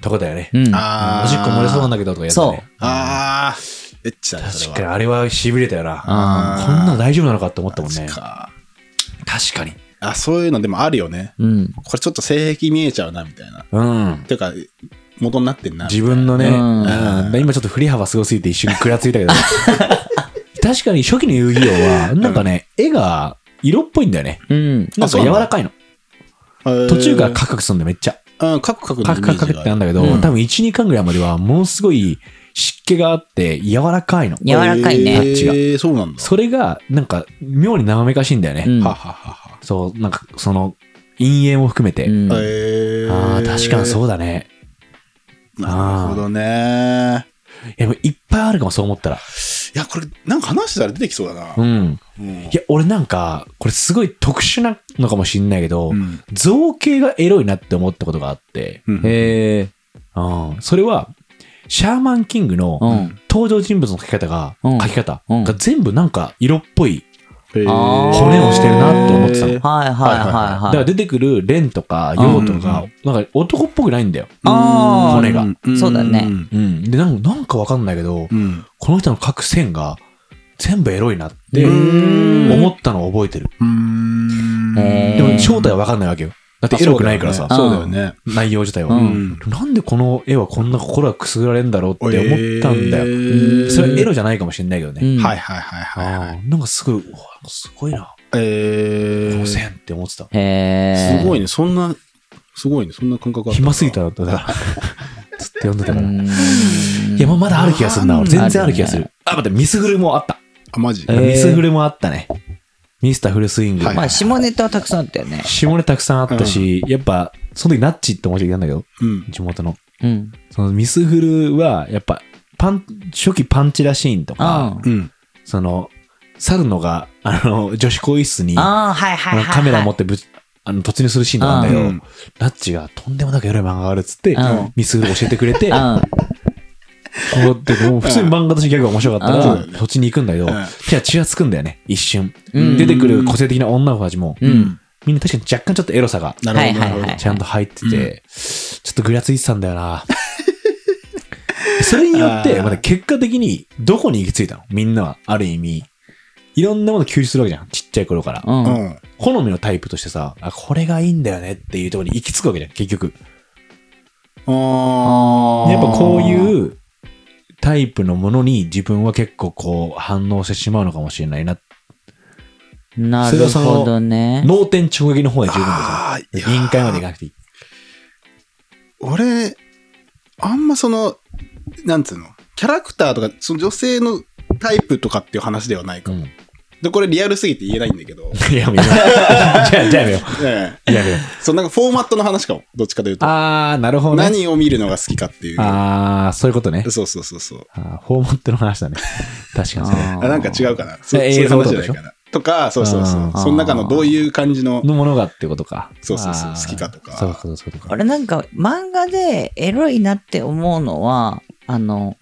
[SPEAKER 3] とこだよね。
[SPEAKER 1] うん。
[SPEAKER 2] あー
[SPEAKER 3] おしっこ漏れそうなんだけどとかやったね。
[SPEAKER 2] ああ、エッチだね、そ
[SPEAKER 3] 確
[SPEAKER 2] れ
[SPEAKER 3] かに、
[SPEAKER 2] は。
[SPEAKER 3] あれは痺れたよな。こん
[SPEAKER 2] あー
[SPEAKER 3] なの大丈夫なのかって思ったもんね。
[SPEAKER 2] マジか
[SPEAKER 3] 確かに。
[SPEAKER 2] あ、そういうのでもあるよね。
[SPEAKER 1] うん。
[SPEAKER 2] これちょっと性癖見えちゃうな、みたいな。
[SPEAKER 3] うん。
[SPEAKER 2] ていうか、元になってんな。
[SPEAKER 3] 自分のね、
[SPEAKER 1] う
[SPEAKER 3] うんん今ちょっと振り幅すごすぎて一瞬くらついたけど。確かに初期の遊戯王は、なんかね、絵が色っぽいんだよね。
[SPEAKER 1] うん。
[SPEAKER 3] なんか柔らかいの。
[SPEAKER 2] 途
[SPEAKER 3] 途中からカクカクするんだよ、めっちゃ。
[SPEAKER 2] うん、カクカクの
[SPEAKER 3] カ
[SPEAKER 2] イ
[SPEAKER 3] ク
[SPEAKER 2] メ
[SPEAKER 3] カク
[SPEAKER 2] ー
[SPEAKER 3] カク
[SPEAKER 2] ジ
[SPEAKER 3] っ
[SPEAKER 2] があ
[SPEAKER 3] てな
[SPEAKER 2] る
[SPEAKER 3] んだけど、
[SPEAKER 1] うん
[SPEAKER 3] 多分1、2巻ぐらいまではものすごい湿気があって柔らかいの。
[SPEAKER 1] 柔らかいね
[SPEAKER 2] え
[SPEAKER 1] タ
[SPEAKER 3] ッチが
[SPEAKER 2] ーそうなんだ。
[SPEAKER 3] それが、なんか、妙に生めかしいんだよね。
[SPEAKER 1] うん
[SPEAKER 2] はははは。
[SPEAKER 3] そう、なんか、その、陰影も含めて。
[SPEAKER 1] うん
[SPEAKER 2] えー
[SPEAKER 3] ああ、確かにそうだね。
[SPEAKER 2] なるほどね。
[SPEAKER 3] いや、でもいっぱいあるかも、そう思ったら。
[SPEAKER 2] いや、これ、なんか話したら出てきそうだな
[SPEAKER 3] う。ん。
[SPEAKER 2] うん
[SPEAKER 3] いや、俺なんか、これすごい特殊なのかもしんないけど、
[SPEAKER 2] うん
[SPEAKER 3] 造形がエロいなって思ったことがあって、
[SPEAKER 2] うん
[SPEAKER 1] へえ。
[SPEAKER 3] うん。それは、シャーマンキングの
[SPEAKER 1] うん。
[SPEAKER 3] 登場人物の描き方が、
[SPEAKER 1] うん
[SPEAKER 3] 描き方
[SPEAKER 1] うん
[SPEAKER 3] が全部なんか色っぽい。
[SPEAKER 2] へー
[SPEAKER 1] あー
[SPEAKER 3] 骨をしてるなって思ってたの
[SPEAKER 1] はいはいはいは
[SPEAKER 3] だ
[SPEAKER 1] い。
[SPEAKER 3] から出てくる蓮とか陽とか、なんか男っぽくないんだよ。
[SPEAKER 1] あー
[SPEAKER 3] 骨が。
[SPEAKER 2] ん
[SPEAKER 1] そうだね
[SPEAKER 3] うん。で、なんかなんかわかんないけど
[SPEAKER 2] う、ん。
[SPEAKER 3] この人の描く線が全部エロいなって
[SPEAKER 2] うん
[SPEAKER 3] 思ったのを覚えてる。
[SPEAKER 2] うん
[SPEAKER 1] へー
[SPEAKER 3] でも正体はわかんないわけよ。だってエロくないからさ、
[SPEAKER 1] あ
[SPEAKER 2] そうだよね。
[SPEAKER 3] 内容自体は、
[SPEAKER 1] うん
[SPEAKER 3] なんでこの絵はこんな心がくすぐられるんだろうって思ったんだよ。
[SPEAKER 2] よ
[SPEAKER 3] それはエロじゃないかもしれないけどね。
[SPEAKER 1] うん
[SPEAKER 2] はいはいはいはいはい。
[SPEAKER 3] あーなんかすごい、うわすごいな、
[SPEAKER 2] え
[SPEAKER 3] こ
[SPEAKER 2] ー
[SPEAKER 3] の線って思ってた。
[SPEAKER 1] へえ。
[SPEAKER 2] すごい
[SPEAKER 1] ね。
[SPEAKER 2] ね、そんな、すごいね、そんな感覚あった
[SPEAKER 3] 暇すぎたら、だから、つって読んでたから。い
[SPEAKER 1] い
[SPEAKER 3] や、まあまだある気がするな。
[SPEAKER 2] うん
[SPEAKER 3] 俺全然ある気がする。
[SPEAKER 1] ある
[SPEAKER 3] あ、待って、ミスフルもあった。
[SPEAKER 2] あ、マジ
[SPEAKER 1] えー
[SPEAKER 3] ミスフルもあったね。ミスターフルスイング。
[SPEAKER 2] はい
[SPEAKER 1] まあ、下ネタはたくさんあったよね。
[SPEAKER 3] 下ネタたくさんあったし、やっぱ、その時ナッチって思っていたんだけど、
[SPEAKER 2] うん。
[SPEAKER 3] 地元の。
[SPEAKER 1] うん。
[SPEAKER 3] そのミスフルは、やっぱ、パン、初期パンチラシーンとか、
[SPEAKER 1] あ
[SPEAKER 2] うん。
[SPEAKER 3] その、サルノが、あの、女子更衣室に、
[SPEAKER 1] あ
[SPEAKER 3] あ
[SPEAKER 1] ー、はいはいはい
[SPEAKER 3] の
[SPEAKER 1] はい。
[SPEAKER 3] カメラ持ってぶち、あの、突入するシーンがあるんだ
[SPEAKER 2] う
[SPEAKER 3] よ
[SPEAKER 2] ん。
[SPEAKER 3] ナッチが、とんでもなくエロい漫画があるっつって
[SPEAKER 1] うん、
[SPEAKER 3] ミスフル教えてくれて、
[SPEAKER 1] うん。
[SPEAKER 3] こうでもう普通に漫画としてギャグが面白かった
[SPEAKER 2] うん
[SPEAKER 3] ら
[SPEAKER 2] う、ん
[SPEAKER 3] そっちに行くんだけど
[SPEAKER 2] うん、
[SPEAKER 3] じゃあ血がつくんだよね、一瞬。
[SPEAKER 1] うん
[SPEAKER 3] 出てくる個性的な女の子たちも、
[SPEAKER 1] うん。
[SPEAKER 3] みんな確かに若干ちょっとエロさが、
[SPEAKER 2] なるほど。
[SPEAKER 1] はいはい
[SPEAKER 2] なるほど
[SPEAKER 1] はい
[SPEAKER 3] ちゃんと入ってて、ちょっとぐらついてたんだよな。 <laughs> それによっ
[SPEAKER 2] あ
[SPEAKER 3] て、
[SPEAKER 2] ー
[SPEAKER 3] まだ結果的にどこに行き着いたのみんなは、ある意味。いろんなもの吸収するわけじゃん。ちっちゃい頃から。
[SPEAKER 1] うん。うん。
[SPEAKER 2] うん。
[SPEAKER 3] 好みのタイプとしてさ、あ、これがいいんだよねっていうところに行き着くわけじゃん、結局。
[SPEAKER 2] あー
[SPEAKER 3] やっぱこういうタイプのものに自分は結構こう反応してしまうのかもしれないな。
[SPEAKER 1] なるほどね。
[SPEAKER 3] 脳天直撃の方で十分
[SPEAKER 2] あー
[SPEAKER 3] で
[SPEAKER 2] い
[SPEAKER 3] す
[SPEAKER 2] や
[SPEAKER 3] よ。臨界までいかなくていい。
[SPEAKER 2] 俺、あんまその、なんつうの、キャラクターとか、その女性のタイプとかっていう話ではないか
[SPEAKER 3] う
[SPEAKER 2] も。
[SPEAKER 3] ん。
[SPEAKER 2] で、これリアルすぎて言えないんだけ
[SPEAKER 3] <laughs>
[SPEAKER 2] ど、
[SPEAKER 3] いやめよう。じゃあ、じゃあやめよ
[SPEAKER 2] <laughs> ええ
[SPEAKER 3] う。やめよう。
[SPEAKER 2] そのなんかフォーマットの話かも。どっちかというと。
[SPEAKER 3] あー、なるほどね。
[SPEAKER 2] 何を見るのが好きかっていう。
[SPEAKER 3] あー、そういうことね。
[SPEAKER 2] そうそうそうそう。
[SPEAKER 3] あーフォーマットの
[SPEAKER 1] <laughs>
[SPEAKER 3] 話だね。確かにそれ。
[SPEAKER 1] あー
[SPEAKER 2] あなんか違うかな。そそう
[SPEAKER 3] え
[SPEAKER 2] いう
[SPEAKER 3] 映像
[SPEAKER 2] 話
[SPEAKER 3] と
[SPEAKER 2] じ
[SPEAKER 3] か
[SPEAKER 2] ゃ
[SPEAKER 3] で
[SPEAKER 2] ない
[SPEAKER 3] しょ
[SPEAKER 2] かな。とか、そうそうそう
[SPEAKER 3] あ。
[SPEAKER 1] ー
[SPEAKER 2] その中のどういう感じの。
[SPEAKER 3] のものがってことか。
[SPEAKER 2] そうそうそう
[SPEAKER 3] あー
[SPEAKER 2] 好きかとか
[SPEAKER 3] そうそうそういうことか。
[SPEAKER 1] 俺なんか漫画でエロいなって思うのは、あの、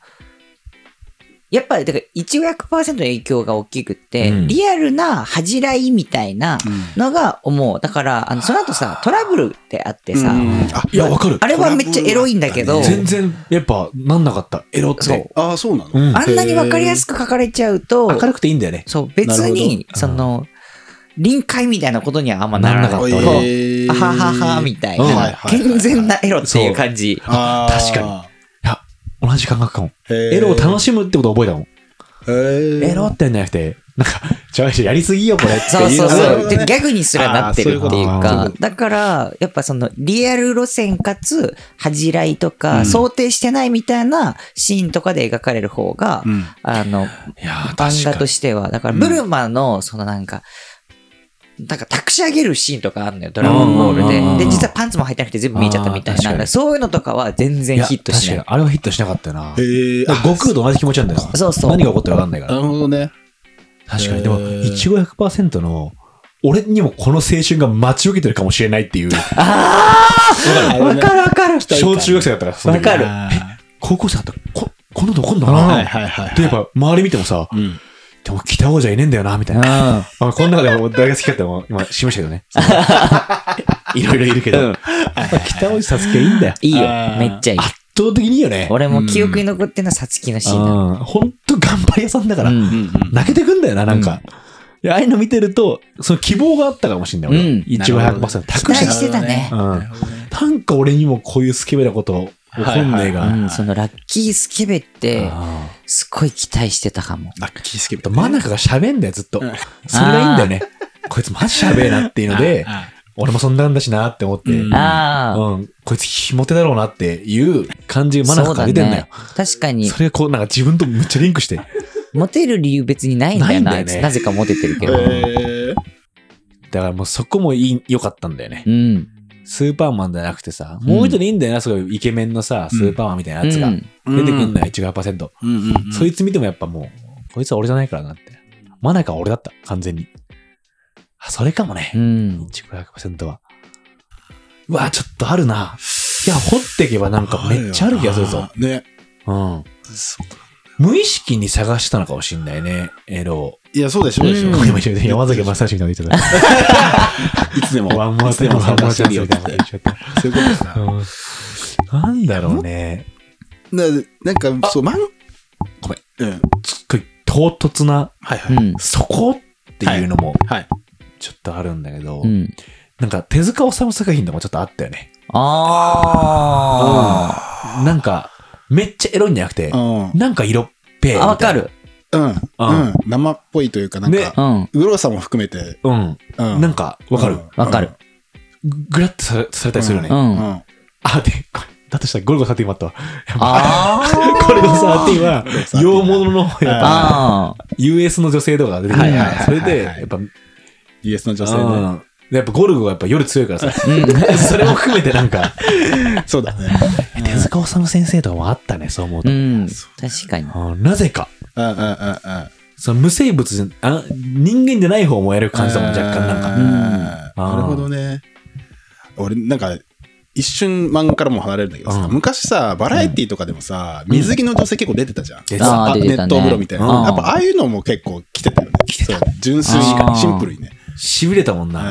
[SPEAKER 1] やっぱり、だから100%の影響が大きくって、
[SPEAKER 3] うん
[SPEAKER 1] リアルな恥じらいみたいなのが思う。だから、あの、その後さ、トラブルってあってさ、
[SPEAKER 2] うんあ
[SPEAKER 3] いや、わかる
[SPEAKER 1] あ。れはめっちゃエロいんだけど、
[SPEAKER 2] トラブル
[SPEAKER 3] 全然、やっぱ、なんなかった。エロっ
[SPEAKER 1] そ
[SPEAKER 3] て
[SPEAKER 1] う。
[SPEAKER 2] ああ、そうなの、
[SPEAKER 3] うん
[SPEAKER 1] あんなにわかりやすく書かれちゃうと、
[SPEAKER 3] 明るくていいんだよね。
[SPEAKER 1] そう、別に、
[SPEAKER 3] なる
[SPEAKER 1] そ
[SPEAKER 3] ほど
[SPEAKER 1] の、臨界みたいなことにはあんまならなかった。
[SPEAKER 3] な
[SPEAKER 1] こ
[SPEAKER 3] ら
[SPEAKER 1] う
[SPEAKER 3] なかった
[SPEAKER 1] あ
[SPEAKER 2] えー
[SPEAKER 1] ははは、みたい
[SPEAKER 3] うん
[SPEAKER 2] はい
[SPEAKER 1] な、
[SPEAKER 2] はいはい
[SPEAKER 1] 健全なエロっていう感じ。
[SPEAKER 2] あー
[SPEAKER 3] 確かいや、同じ感覚かも。
[SPEAKER 2] へー
[SPEAKER 3] エロを楽しむってことを覚えたもん。
[SPEAKER 2] へー
[SPEAKER 3] エロってんじゃなくて、なんか、ちょいちょいやりすぎよ、
[SPEAKER 1] <laughs>
[SPEAKER 3] これ。
[SPEAKER 1] そうそう
[SPEAKER 2] なる
[SPEAKER 1] そ
[SPEAKER 2] ほ
[SPEAKER 1] う。
[SPEAKER 2] ど
[SPEAKER 1] で
[SPEAKER 2] ね
[SPEAKER 1] ギャグにすらなってるっていう
[SPEAKER 3] あーそういう
[SPEAKER 1] か
[SPEAKER 3] こ、
[SPEAKER 1] だから、やっぱそのリアル路線かつ、恥じらいとか、
[SPEAKER 2] うん
[SPEAKER 1] 想定してないみたいなシーンとかで描かれる方が、
[SPEAKER 2] うん
[SPEAKER 1] あの、
[SPEAKER 3] いやー、
[SPEAKER 1] 漫画
[SPEAKER 3] 確か
[SPEAKER 1] と
[SPEAKER 3] に。
[SPEAKER 1] しては、だから
[SPEAKER 2] うん
[SPEAKER 1] ブルマの、そのなんか、なんか、託し上げるシーンとかあるのよ、ドラゴンボ
[SPEAKER 3] うんうん
[SPEAKER 1] ー
[SPEAKER 3] うん
[SPEAKER 1] ル
[SPEAKER 3] うん
[SPEAKER 1] で。で、実はパンツも履いてなくて全部見えちゃったみたい
[SPEAKER 3] あー確か
[SPEAKER 1] な。
[SPEAKER 3] に
[SPEAKER 1] そういうのとかは全然ヒットし
[SPEAKER 3] い
[SPEAKER 1] な
[SPEAKER 3] や
[SPEAKER 1] い。
[SPEAKER 3] 確かに、あれはヒットしなかったよな。
[SPEAKER 2] へー
[SPEAKER 3] だから悟空と同じ気持ちなんだよ。
[SPEAKER 1] そうそう
[SPEAKER 3] 何が起こってわかんないか
[SPEAKER 2] な
[SPEAKER 3] ら。
[SPEAKER 2] るほどね。
[SPEAKER 3] 確かに。でも、
[SPEAKER 2] へー
[SPEAKER 3] 一5 100%の、俺にもこの青春が待ち受けてるかもしれないっ
[SPEAKER 2] <laughs>
[SPEAKER 3] ていう、
[SPEAKER 2] あ
[SPEAKER 1] わかるわかる。
[SPEAKER 3] 小中学生だったから、その時
[SPEAKER 1] わかる
[SPEAKER 2] は
[SPEAKER 3] 高校生だったら、こ、こんなの起こんのか
[SPEAKER 2] い
[SPEAKER 3] な
[SPEAKER 2] はいはい。
[SPEAKER 3] で、やっぱ、周り見てもさ、
[SPEAKER 2] うん。
[SPEAKER 3] でも、
[SPEAKER 2] <laughs>
[SPEAKER 3] 北 <laughs> 王者いねえんだよな、みたいな。あこの中でも、大学好きだったのも、今、示したけどね。
[SPEAKER 4] いろいろいるけど。
[SPEAKER 3] 北尾さつきはいいんだよ。
[SPEAKER 1] いいよ
[SPEAKER 2] あ。ー
[SPEAKER 1] めっちゃいい。
[SPEAKER 4] 圧倒的にいいよね。
[SPEAKER 1] 俺も記憶に残ってるのはさつきのシーンだ。
[SPEAKER 3] うんほんと頑張り屋さんだから
[SPEAKER 1] う。ん
[SPEAKER 3] 泣けてくんだよな、なんか。でああいうの見てると、その希望があったかもしんない。
[SPEAKER 1] う
[SPEAKER 3] 俺
[SPEAKER 1] ん
[SPEAKER 3] 一応100%。託
[SPEAKER 1] 期
[SPEAKER 3] し
[SPEAKER 1] 待
[SPEAKER 3] て
[SPEAKER 1] してたね
[SPEAKER 3] うん
[SPEAKER 2] なるほどね
[SPEAKER 3] た。なんか俺にもこういうスケベなこと起こんねえが。
[SPEAKER 2] はいはいはい
[SPEAKER 1] うんそのラッキースケベって、
[SPEAKER 3] あ
[SPEAKER 1] すごい期待してたかも。
[SPEAKER 2] ラッキースケベ
[SPEAKER 3] ー真中が喋んだよ、ずっと。そ
[SPEAKER 2] ん
[SPEAKER 3] れがいいんだよね。こいつマジ喋えなっていうので、俺もそんなんだしなって思って、
[SPEAKER 2] うん
[SPEAKER 1] ああ、
[SPEAKER 3] うん、こいつひも手だろうなっていう感じが真
[SPEAKER 1] そ
[SPEAKER 3] 中
[SPEAKER 1] う
[SPEAKER 3] か
[SPEAKER 1] だ
[SPEAKER 3] ら出てんだよ
[SPEAKER 1] ね。。確かに
[SPEAKER 3] そ、れがこう、なんか自分とめっちゃリンクして。
[SPEAKER 1] モテる理由別にないんだよな。
[SPEAKER 3] な
[SPEAKER 1] あ
[SPEAKER 3] い
[SPEAKER 1] い
[SPEAKER 3] んだ
[SPEAKER 1] つ
[SPEAKER 3] よね
[SPEAKER 1] なぜかモテてるけ
[SPEAKER 2] え
[SPEAKER 1] ど。
[SPEAKER 2] ー
[SPEAKER 3] だからもうそこもいい、良かったんだよね
[SPEAKER 1] う。ん。
[SPEAKER 3] スーパーマンじゃなくてさ、もう一人いいんだよな、すごいイケメンのさ、スーパーマンみたいなやつが
[SPEAKER 1] う
[SPEAKER 3] 出
[SPEAKER 1] ん
[SPEAKER 3] てくんだよ、18%。
[SPEAKER 2] うんうんうん
[SPEAKER 3] そいつ見てもやっぱもう、こいつは俺じゃないからなって。マナカは俺だった、完全に。あ、それかも
[SPEAKER 1] う
[SPEAKER 3] ね。
[SPEAKER 1] ん。
[SPEAKER 3] 1500%は。うわ、ちょっとあるな。いや、掘っていけばなんかめっちゃある気がするぞ。。
[SPEAKER 2] ね。
[SPEAKER 3] うん。無意識に探したのかもしんないね、エロを。
[SPEAKER 2] いや、そうでしょ、そうでしょ。
[SPEAKER 3] 今一緒に山崎正義みたいなこと言っちゃっ
[SPEAKER 2] いつでも、
[SPEAKER 3] た。ワンモア
[SPEAKER 2] いつ
[SPEAKER 3] テ
[SPEAKER 2] で
[SPEAKER 3] ン
[SPEAKER 2] も
[SPEAKER 3] もワン
[SPEAKER 2] 参
[SPEAKER 3] モア
[SPEAKER 2] 加し
[SPEAKER 3] テ
[SPEAKER 2] て
[SPEAKER 3] ン
[SPEAKER 2] るよ
[SPEAKER 3] みた
[SPEAKER 2] っ
[SPEAKER 3] いな
[SPEAKER 2] て
[SPEAKER 3] こと言っちゃった。
[SPEAKER 2] そういうことですな。
[SPEAKER 3] うんなんだろうね。
[SPEAKER 2] ななんか、そう、まん、
[SPEAKER 3] ごめん。
[SPEAKER 2] うん。
[SPEAKER 3] すっごい唐突な、
[SPEAKER 2] はいは
[SPEAKER 1] う
[SPEAKER 2] い。
[SPEAKER 1] ん。
[SPEAKER 3] そこっていうのも、
[SPEAKER 2] はい。
[SPEAKER 3] ちょっとあるんだけど、
[SPEAKER 1] うん。
[SPEAKER 3] なんか手塚治虫作品とかちょっとあったよね。
[SPEAKER 1] あ
[SPEAKER 3] なんか、めっちゃエロいんじゃなくて
[SPEAKER 2] う、ん。
[SPEAKER 3] なんか色っぺえみ
[SPEAKER 1] あ。
[SPEAKER 3] たい
[SPEAKER 1] あ、わ
[SPEAKER 3] な。
[SPEAKER 1] かる。
[SPEAKER 2] うん。
[SPEAKER 3] うん
[SPEAKER 2] うん。生っぽいというか、なん
[SPEAKER 3] ね
[SPEAKER 1] う
[SPEAKER 2] か、
[SPEAKER 1] ん。
[SPEAKER 2] グロさも含めて、
[SPEAKER 3] うん。
[SPEAKER 2] う
[SPEAKER 3] なんか、わかる。
[SPEAKER 1] わかる。
[SPEAKER 3] ぐぐらってされされたりするよね。
[SPEAKER 1] うん。
[SPEAKER 2] うん。う
[SPEAKER 1] あ
[SPEAKER 2] ん
[SPEAKER 3] あ、で、これだとしたらゴルゴ13もあったわ。
[SPEAKER 1] <laughs> あ。
[SPEAKER 3] <laughs> これのさ、ティは
[SPEAKER 2] ゴルゴ、13
[SPEAKER 3] 洋物の、やっぱ、
[SPEAKER 1] ああ。
[SPEAKER 3] US の女性とかが出てくるか
[SPEAKER 2] はいはいはいは
[SPEAKER 3] ら、
[SPEAKER 2] い
[SPEAKER 3] それで、やっぱ、
[SPEAKER 2] US の女
[SPEAKER 3] う
[SPEAKER 2] 性
[SPEAKER 3] んでやっぱゴルゴがやっぱ夜強いからさ、
[SPEAKER 1] うん
[SPEAKER 3] <laughs> それも含めてなんか、
[SPEAKER 2] ね。そうだね。
[SPEAKER 3] 手塚治虫先生とかもあったね、そう思う
[SPEAKER 1] う
[SPEAKER 3] と。
[SPEAKER 1] ん。確かに。
[SPEAKER 3] あーなぜか、
[SPEAKER 2] うんうんうんうん。
[SPEAKER 3] その無生物じゃあ、人間じゃない方もやる感じだもん、若干なんか。
[SPEAKER 2] なん
[SPEAKER 3] うん
[SPEAKER 2] なるほどね。俺、なんか、一瞬漫画からも離れるんだけどさ、
[SPEAKER 3] うん
[SPEAKER 2] 昔さ、バラエティとかでもさ、水着の女性結構出てたじゃん。
[SPEAKER 3] 出て
[SPEAKER 1] た
[SPEAKER 2] あ
[SPEAKER 1] 出
[SPEAKER 2] ネ
[SPEAKER 1] てたね
[SPEAKER 2] ット風呂みたいな。
[SPEAKER 3] うん
[SPEAKER 2] やっぱ、ああいうのも結構来てたよね。来てた。純粋
[SPEAKER 1] 確か
[SPEAKER 2] に、
[SPEAKER 1] に
[SPEAKER 2] シンプルにね。
[SPEAKER 3] 痺れたもん
[SPEAKER 2] うん。
[SPEAKER 3] な。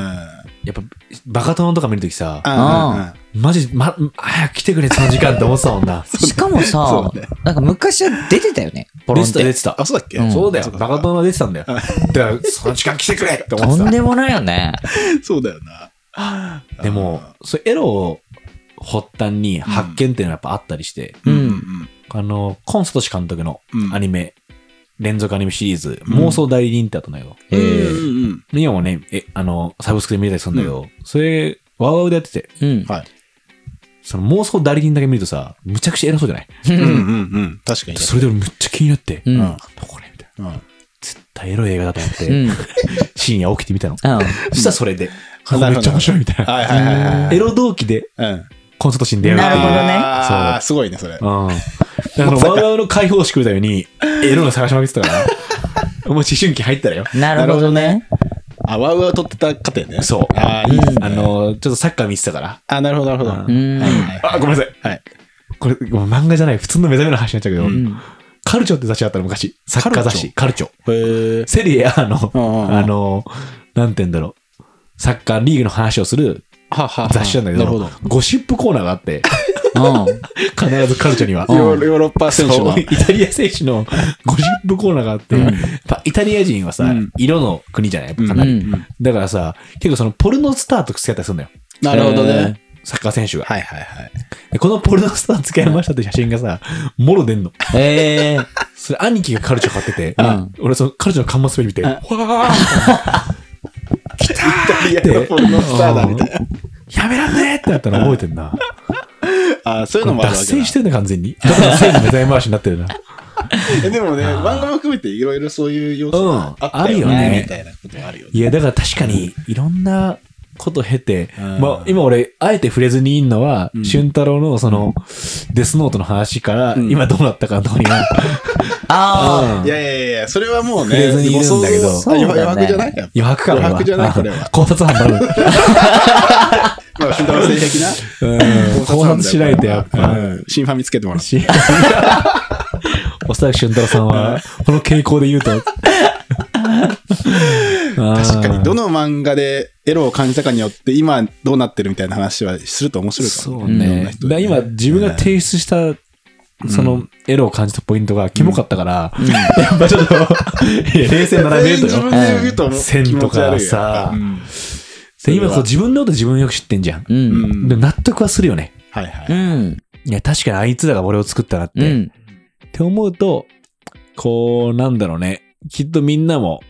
[SPEAKER 3] やっぱ、バカ殿とか見るときさ、
[SPEAKER 2] あ
[SPEAKER 3] マジ、ま、早く来てくれ、その時間って思ってたもんな。
[SPEAKER 1] しかもさ
[SPEAKER 2] そうだね、
[SPEAKER 1] なんか昔は出てたよね。ポロ
[SPEAKER 3] 出
[SPEAKER 1] ンってて
[SPEAKER 3] た、。出てた
[SPEAKER 2] あ、。そうだっけ
[SPEAKER 1] うん
[SPEAKER 3] そうだよ。
[SPEAKER 2] か
[SPEAKER 3] バカ殿は出てたんだよ。だから、その時間来てくれって思
[SPEAKER 1] と
[SPEAKER 3] って
[SPEAKER 1] ん
[SPEAKER 3] た。
[SPEAKER 1] でもないよね。
[SPEAKER 2] そうだよな。
[SPEAKER 3] でも、そうエロを発端に発見っていうのはやっぱあったりして、
[SPEAKER 2] うんうん
[SPEAKER 3] あの、コンサトシ監督の
[SPEAKER 2] うん
[SPEAKER 3] アニメ、連続アニメシリーズ、
[SPEAKER 2] うん
[SPEAKER 3] 妄想代理人ってあったんだけど、
[SPEAKER 2] うん。うん
[SPEAKER 1] ええ
[SPEAKER 2] うん
[SPEAKER 3] 今もね、え、あの、サブスクで見れたりするんだけど、それ、ワウワウでやってて、
[SPEAKER 1] うん。
[SPEAKER 3] その妄想代理人だけ見るとさ、むちゃくちゃ偉そうじゃない
[SPEAKER 1] うん
[SPEAKER 2] うんうんうん。確かに。
[SPEAKER 3] それで俺むっちゃ気になって、
[SPEAKER 1] う。
[SPEAKER 2] うんん。う
[SPEAKER 1] うんん。
[SPEAKER 3] なんだこれみたいな。
[SPEAKER 2] うん
[SPEAKER 3] 絶対エロい映画だと思って、
[SPEAKER 1] うん。
[SPEAKER 3] 深夜起きてみたの。
[SPEAKER 1] あ
[SPEAKER 3] そしたらそれで、
[SPEAKER 2] うん
[SPEAKER 3] あめっちゃ面白いみたいな。
[SPEAKER 2] はいはいはいはい。
[SPEAKER 3] エロ同期で
[SPEAKER 2] うん。
[SPEAKER 3] コンサトシに出会うっ
[SPEAKER 1] なるほどね
[SPEAKER 2] あーすごいね、それ。
[SPEAKER 3] うん。だから、ワウワウの解放誌来るために、エロの探しまくってたから。もう思春期入ったらよ。
[SPEAKER 1] なるほどね。
[SPEAKER 2] あ、ワウワウ撮ってた方やね。
[SPEAKER 3] そう。
[SPEAKER 2] ああ、いいですね。
[SPEAKER 3] あの、ちょっとサッカー見てたから。
[SPEAKER 2] あ、なるほど、なるほど。
[SPEAKER 3] うん
[SPEAKER 1] うん。
[SPEAKER 3] あ、ごめんなさい。
[SPEAKER 2] はい。
[SPEAKER 3] これ、もう漫画じゃない、普通の目覚めの話になっちゃうけど、
[SPEAKER 1] うん
[SPEAKER 3] カルチョって雑誌あったの昔。サッカー雑誌。カルチョ。
[SPEAKER 2] へえ。
[SPEAKER 3] セリエ A の、
[SPEAKER 2] うんうんうん
[SPEAKER 3] あの、なんて言うんだろう。サッカーリーグの話をする
[SPEAKER 2] はは
[SPEAKER 3] 雑誌なんだけ
[SPEAKER 2] なるほ
[SPEAKER 3] ど
[SPEAKER 2] ど。、
[SPEAKER 3] ゴシップコーナーがあって、 <laughs>
[SPEAKER 1] うん。
[SPEAKER 3] 必ずカルチョには。
[SPEAKER 2] ヨーヨーロッパ選手は
[SPEAKER 3] そう。イタリア選手のゴシップコーナーがあって、やっぱイタリア人はさ、
[SPEAKER 2] うん
[SPEAKER 3] 色の国じゃないやっぱかなり、
[SPEAKER 1] うん
[SPEAKER 3] だからさ、結構そのポルノスターと付き合ったりするんだよ。
[SPEAKER 2] なるほどね。
[SPEAKER 3] サッカー選手が。
[SPEAKER 2] はいはいはい。
[SPEAKER 3] でこのポルノスター付き合いましたって写真がさ、もろ出んの。
[SPEAKER 1] ええ。
[SPEAKER 3] それ兄貴がカルチョ買ってて、
[SPEAKER 1] ん
[SPEAKER 3] 俺そのカルチョの看板滑り見て、わー
[SPEAKER 2] イタリアのポルノスターだみたいな。
[SPEAKER 3] やめらんねえってなったの覚えてんな。
[SPEAKER 2] あーそういうのもあるわ
[SPEAKER 3] 脱
[SPEAKER 2] けだ
[SPEAKER 3] 線してるね、完全に。ただの性の目覚め回しになってる
[SPEAKER 2] <laughs>
[SPEAKER 3] な。
[SPEAKER 2] えでもね、漫画も含めていろいろそういう要素があった
[SPEAKER 3] うんあるよね
[SPEAKER 2] みたいなこともあるよね。
[SPEAKER 3] いや、だから確かに、いろんなこと経て、
[SPEAKER 2] うん
[SPEAKER 3] まあ、今俺、あえて触れずにいいのは、
[SPEAKER 2] うん
[SPEAKER 3] 俊太郎のその、デスノートの話から、
[SPEAKER 2] うん
[SPEAKER 3] 今どうなったかのとこに
[SPEAKER 2] <laughs>
[SPEAKER 3] は、
[SPEAKER 1] あ
[SPEAKER 3] うん
[SPEAKER 2] いやいやいや、それはもう
[SPEAKER 3] 触
[SPEAKER 2] ね、
[SPEAKER 3] れずにいるんだけど
[SPEAKER 2] そうあ余白じゃないやっぱ
[SPEAKER 3] 余白感は。
[SPEAKER 2] 余白じゃない、これ
[SPEAKER 3] <laughs>
[SPEAKER 2] は。
[SPEAKER 3] 考察
[SPEAKER 2] <laughs>
[SPEAKER 3] 班だろ。
[SPEAKER 2] まあ、慎太郎性的な。
[SPEAKER 3] うん考察しないとやっぱ。
[SPEAKER 2] うん新ファミつけてもらう。
[SPEAKER 3] しおそらく俊太郎さんは、この傾向で言うと、確
[SPEAKER 2] 確かに、どの漫画でエロを感じたかによって、今どうなってるみたいな話はすると面白いか
[SPEAKER 3] そ
[SPEAKER 2] も
[SPEAKER 3] う
[SPEAKER 1] いろ
[SPEAKER 3] ね
[SPEAKER 2] んな。人で
[SPEAKER 3] だ
[SPEAKER 2] ね
[SPEAKER 3] 今、自分が提出した、その、エロを感じたポイントが、キモかったから、やっぱちょっと、いや冷静に並べると
[SPEAKER 2] 全員自
[SPEAKER 3] よ。
[SPEAKER 2] 分で言うと思う
[SPEAKER 3] 線
[SPEAKER 2] 気
[SPEAKER 3] と
[SPEAKER 2] 持ち悪
[SPEAKER 3] か
[SPEAKER 2] いよ
[SPEAKER 3] さ
[SPEAKER 2] う、ん
[SPEAKER 3] で今こう自分のこと自分よく知ってんじゃん。
[SPEAKER 1] う。
[SPEAKER 2] うんん
[SPEAKER 3] でも納得はするよね。
[SPEAKER 2] はいは
[SPEAKER 1] う
[SPEAKER 2] い。
[SPEAKER 1] ん。
[SPEAKER 3] いや、確かにあいつらが俺を作ったなって。
[SPEAKER 1] う
[SPEAKER 3] っ
[SPEAKER 1] ん。
[SPEAKER 3] て思うと、こう、なんだろうね。きっとみんなも、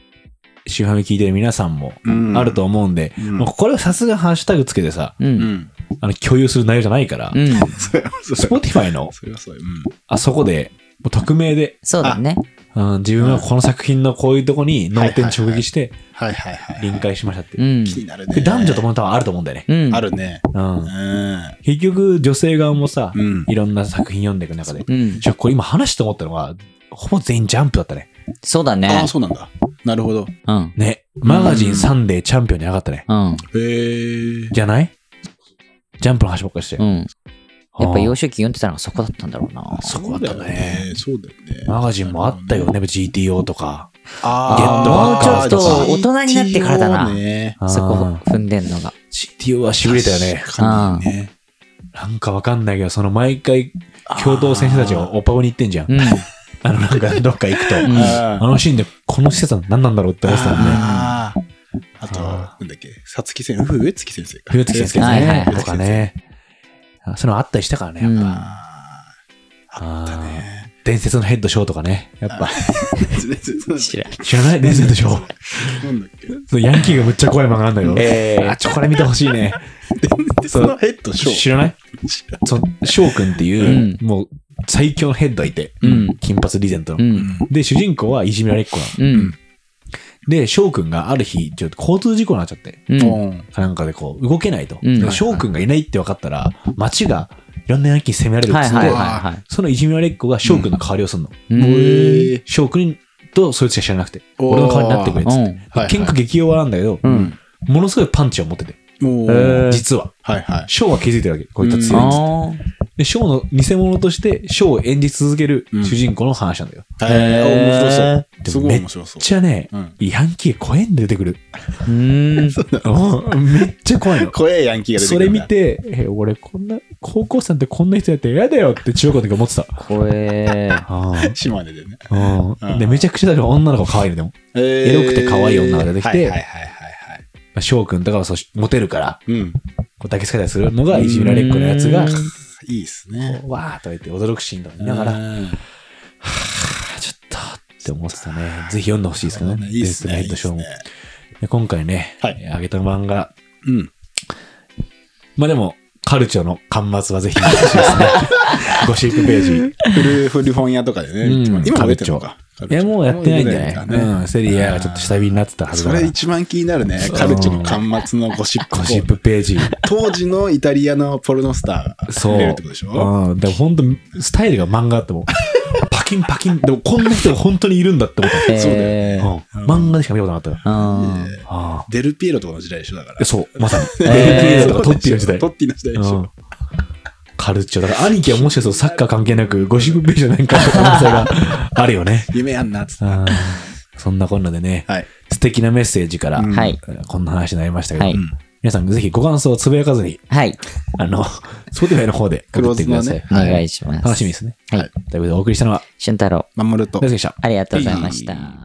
[SPEAKER 3] シファミ聞いてる皆さんも、
[SPEAKER 2] うん
[SPEAKER 3] あると思うんで、
[SPEAKER 2] うん
[SPEAKER 3] まあこれはさすがハッシュタグつけてさ、
[SPEAKER 1] う。
[SPEAKER 2] うんん。
[SPEAKER 3] あの共有する内容じゃないから
[SPEAKER 1] う、ん。
[SPEAKER 2] <laughs> それはそう。それ
[SPEAKER 3] Spotify の
[SPEAKER 2] はそう。うん
[SPEAKER 3] あそこで、もう匿名で、
[SPEAKER 1] そうだね。
[SPEAKER 3] うん、自分はこの作品のこういうとこに脳天直撃して、
[SPEAKER 2] はいはいはい。
[SPEAKER 3] 臨界しましたって。
[SPEAKER 1] うん。
[SPEAKER 2] 気になる
[SPEAKER 3] で
[SPEAKER 2] ね。
[SPEAKER 3] 男女とも多分あると思うんだよね。
[SPEAKER 1] うん。
[SPEAKER 2] あるね。
[SPEAKER 3] うん
[SPEAKER 2] う。ん。
[SPEAKER 3] 結局、女性側もさ、
[SPEAKER 2] うん
[SPEAKER 3] いろんな作品読んでいく中で
[SPEAKER 1] う、ん。
[SPEAKER 3] じゃあこれ今話して思ったのは、ほぼ全員ジャンプだったね。
[SPEAKER 1] そうだ
[SPEAKER 2] あ
[SPEAKER 1] ね
[SPEAKER 2] あ、。そうなんだ。なるほど。
[SPEAKER 1] うん。
[SPEAKER 3] ね。マガジンサンデーチャンピオンに上がったね。
[SPEAKER 1] うん。
[SPEAKER 2] へえ。
[SPEAKER 3] じゃないジャンプの話ばっかりして
[SPEAKER 1] う。ん。やっぱ
[SPEAKER 3] あー
[SPEAKER 1] 幼少期読んでたのがそこだったんだろうな。
[SPEAKER 3] そこだったね。。
[SPEAKER 2] そうだよね。
[SPEAKER 3] マガジンもあったよね、GTO とか。
[SPEAKER 2] あー。
[SPEAKER 3] ゲットバッカーズとか
[SPEAKER 1] もうちょっと大人になってからだな
[SPEAKER 2] GTO ね
[SPEAKER 1] そこ踏んでんのが。
[SPEAKER 3] GTO は痺れたよね。
[SPEAKER 2] 確かにね。
[SPEAKER 3] なんかわかんないけど、その毎回、教頭先生たちがおっぱごに行ってんじゃん
[SPEAKER 1] う。ん。
[SPEAKER 3] あの、なんかどっか行くと。
[SPEAKER 1] うん
[SPEAKER 3] あのシーンで、この施設は何なんだろうって思ってたもんね。
[SPEAKER 2] あーあと、
[SPEAKER 3] あ
[SPEAKER 2] なんだっけ、さつき先生、上月先生か。
[SPEAKER 3] 冬月先生
[SPEAKER 1] はいはい
[SPEAKER 3] ね
[SPEAKER 1] は。い
[SPEAKER 3] とかね。あそういうのあったりしたからね、やっぱ。
[SPEAKER 1] うん
[SPEAKER 2] あーあったね。
[SPEAKER 3] 伝説のヘッドショーとかね。やっぱ、
[SPEAKER 2] 知らん。
[SPEAKER 3] 知らない伝説のショー。
[SPEAKER 2] なんだっけ。
[SPEAKER 3] そのヤンキーがむっちゃ怖い漫画なんだよ。
[SPEAKER 1] ええ
[SPEAKER 3] あ、ちょ、これ見てほしいね。
[SPEAKER 2] <laughs> そのヘッドショー。
[SPEAKER 3] 知らない
[SPEAKER 2] 知ら
[SPEAKER 3] その翔くんっていう、もう最強のヘッドがいて、
[SPEAKER 1] うん
[SPEAKER 3] 金髪リーゼントの。
[SPEAKER 1] うん。
[SPEAKER 3] で、主人公はいじめられっ子なの。
[SPEAKER 1] うん。
[SPEAKER 3] で、翔くんがある日、ちょっと交通事故になっちゃって、
[SPEAKER 1] うんん。
[SPEAKER 2] うん
[SPEAKER 3] なんかでこう、動けないと。
[SPEAKER 1] うん
[SPEAKER 3] で翔くんがいないって分かったら、街がいろんなヤンキーに攻められるっ
[SPEAKER 1] は
[SPEAKER 3] つ
[SPEAKER 1] い
[SPEAKER 3] って、
[SPEAKER 1] はいはいはい。
[SPEAKER 3] そのいじめられっ子が翔くんの代わりをするの。
[SPEAKER 1] うん
[SPEAKER 2] へえ
[SPEAKER 3] 翔くんとそいつしか知らなくて、
[SPEAKER 2] おー
[SPEAKER 3] 俺の代わりになってくれっつって。
[SPEAKER 1] うん
[SPEAKER 2] はいはい
[SPEAKER 3] 喧嘩激弱なんだけど、
[SPEAKER 1] うん。
[SPEAKER 3] ものすごいパンチを持ってて、
[SPEAKER 2] もう、
[SPEAKER 1] へー
[SPEAKER 3] 実は。
[SPEAKER 2] はいはい。
[SPEAKER 3] 翔は気づいてるわけ。こいつは強いっつって。
[SPEAKER 1] あー
[SPEAKER 3] で、ショーの偽物として、ショーを演じ続ける主人公の話なんだよ。
[SPEAKER 2] えー、面白そう。す
[SPEAKER 3] でも
[SPEAKER 2] ご
[SPEAKER 3] め
[SPEAKER 2] い
[SPEAKER 3] っ
[SPEAKER 2] 面白そう。
[SPEAKER 3] ちゃね、
[SPEAKER 2] うん
[SPEAKER 3] ヤンキー怖いんで出て
[SPEAKER 2] <laughs>
[SPEAKER 3] くる。
[SPEAKER 1] うーん。
[SPEAKER 3] うんめっちゃ怖いの。
[SPEAKER 2] 怖えヤンキーが出て
[SPEAKER 3] そ
[SPEAKER 2] くる
[SPEAKER 3] れ
[SPEAKER 2] んだ。
[SPEAKER 3] 見て、え俺こんな、高校生なんてこんな人やって嫌だよって中学の時思ってた。
[SPEAKER 1] 怖えー。
[SPEAKER 2] 島根でね。
[SPEAKER 3] うんで、めちゃくちゃだから女の子可愛いのでも。
[SPEAKER 2] エ
[SPEAKER 3] ロくて可愛い女が出てきて
[SPEAKER 2] はいはいはいはいはい。
[SPEAKER 3] まあ翔くんだからそうしモテるから、
[SPEAKER 2] うん。
[SPEAKER 3] こう抱きつけたりするのがいじめられっ子のやつが、
[SPEAKER 1] う
[SPEAKER 3] こ
[SPEAKER 1] ん
[SPEAKER 2] いいっすね。
[SPEAKER 3] うわーっと言って驚くシーンとか見ながら、
[SPEAKER 2] うん
[SPEAKER 3] あちょっとって思ってたね。ぜひ読んでほしいですけどね。
[SPEAKER 2] いいっすね。
[SPEAKER 3] デ
[SPEAKER 2] いい
[SPEAKER 3] スナイト
[SPEAKER 2] っ
[SPEAKER 3] シ
[SPEAKER 2] す
[SPEAKER 3] ョーも
[SPEAKER 2] ね。
[SPEAKER 3] で今回ね、
[SPEAKER 2] はい
[SPEAKER 3] えーあげた漫画、
[SPEAKER 2] うん。
[SPEAKER 3] まあでも、カルチョの端末はぜひ見てほしいですね。ゴシップページ。
[SPEAKER 2] 古古本屋とかでね。
[SPEAKER 3] うん
[SPEAKER 2] 今も出てるのか。
[SPEAKER 3] いや、もうやってないんじゃない
[SPEAKER 2] もう出て
[SPEAKER 3] うん、セリアがちょっと下火になってたはず
[SPEAKER 2] そ
[SPEAKER 3] だから
[SPEAKER 2] れ。一番気になるね。カルチの端末のゴシップ。
[SPEAKER 3] ゴシップページ。
[SPEAKER 2] 当時のイタリアのポルノスター
[SPEAKER 3] そ
[SPEAKER 2] が
[SPEAKER 3] う。
[SPEAKER 2] 出るってことでしょ
[SPEAKER 3] うん。でも本当スタイルが漫画だっても
[SPEAKER 2] <laughs>
[SPEAKER 3] う、パキンパキン。でもこんな人が本当にいるんだって思った。
[SPEAKER 2] そうだよ
[SPEAKER 1] えー
[SPEAKER 3] うん漫画でしか見たことなかった。
[SPEAKER 1] うん。
[SPEAKER 3] あ
[SPEAKER 2] デルピエロとかの時代でしょだから
[SPEAKER 3] あ。。そう、まさに。
[SPEAKER 1] えー
[SPEAKER 3] デルピエロとかトッティの時代
[SPEAKER 2] ト。ッティの時代でし
[SPEAKER 3] う
[SPEAKER 2] ょ
[SPEAKER 3] ん。カルチョ。だから兄貴はもしかするとサッカー関係なく、ゴシップページじゃないかって可能性が
[SPEAKER 2] <laughs>
[SPEAKER 3] あるよね。
[SPEAKER 2] 夢やんなっつって。
[SPEAKER 3] あーそんなこんなでね、
[SPEAKER 2] はい。
[SPEAKER 3] 素敵なメッセージから、
[SPEAKER 2] うん
[SPEAKER 1] はい。
[SPEAKER 3] こんな話になりましたけど、
[SPEAKER 1] はい
[SPEAKER 2] うん
[SPEAKER 3] 皆さんぜひご感想をつぶやかずに、
[SPEAKER 1] はい。
[SPEAKER 2] <laughs>
[SPEAKER 3] あの、Spotify の方で送ってください。
[SPEAKER 2] クローズのね
[SPEAKER 1] お願いします。
[SPEAKER 3] 楽しみですね。
[SPEAKER 1] はい。
[SPEAKER 3] ということでお送りしたのは、
[SPEAKER 1] 俊太郎、
[SPEAKER 2] 守ると
[SPEAKER 3] 大好き。でした。
[SPEAKER 1] ありがとうございました。
[SPEAKER 2] はい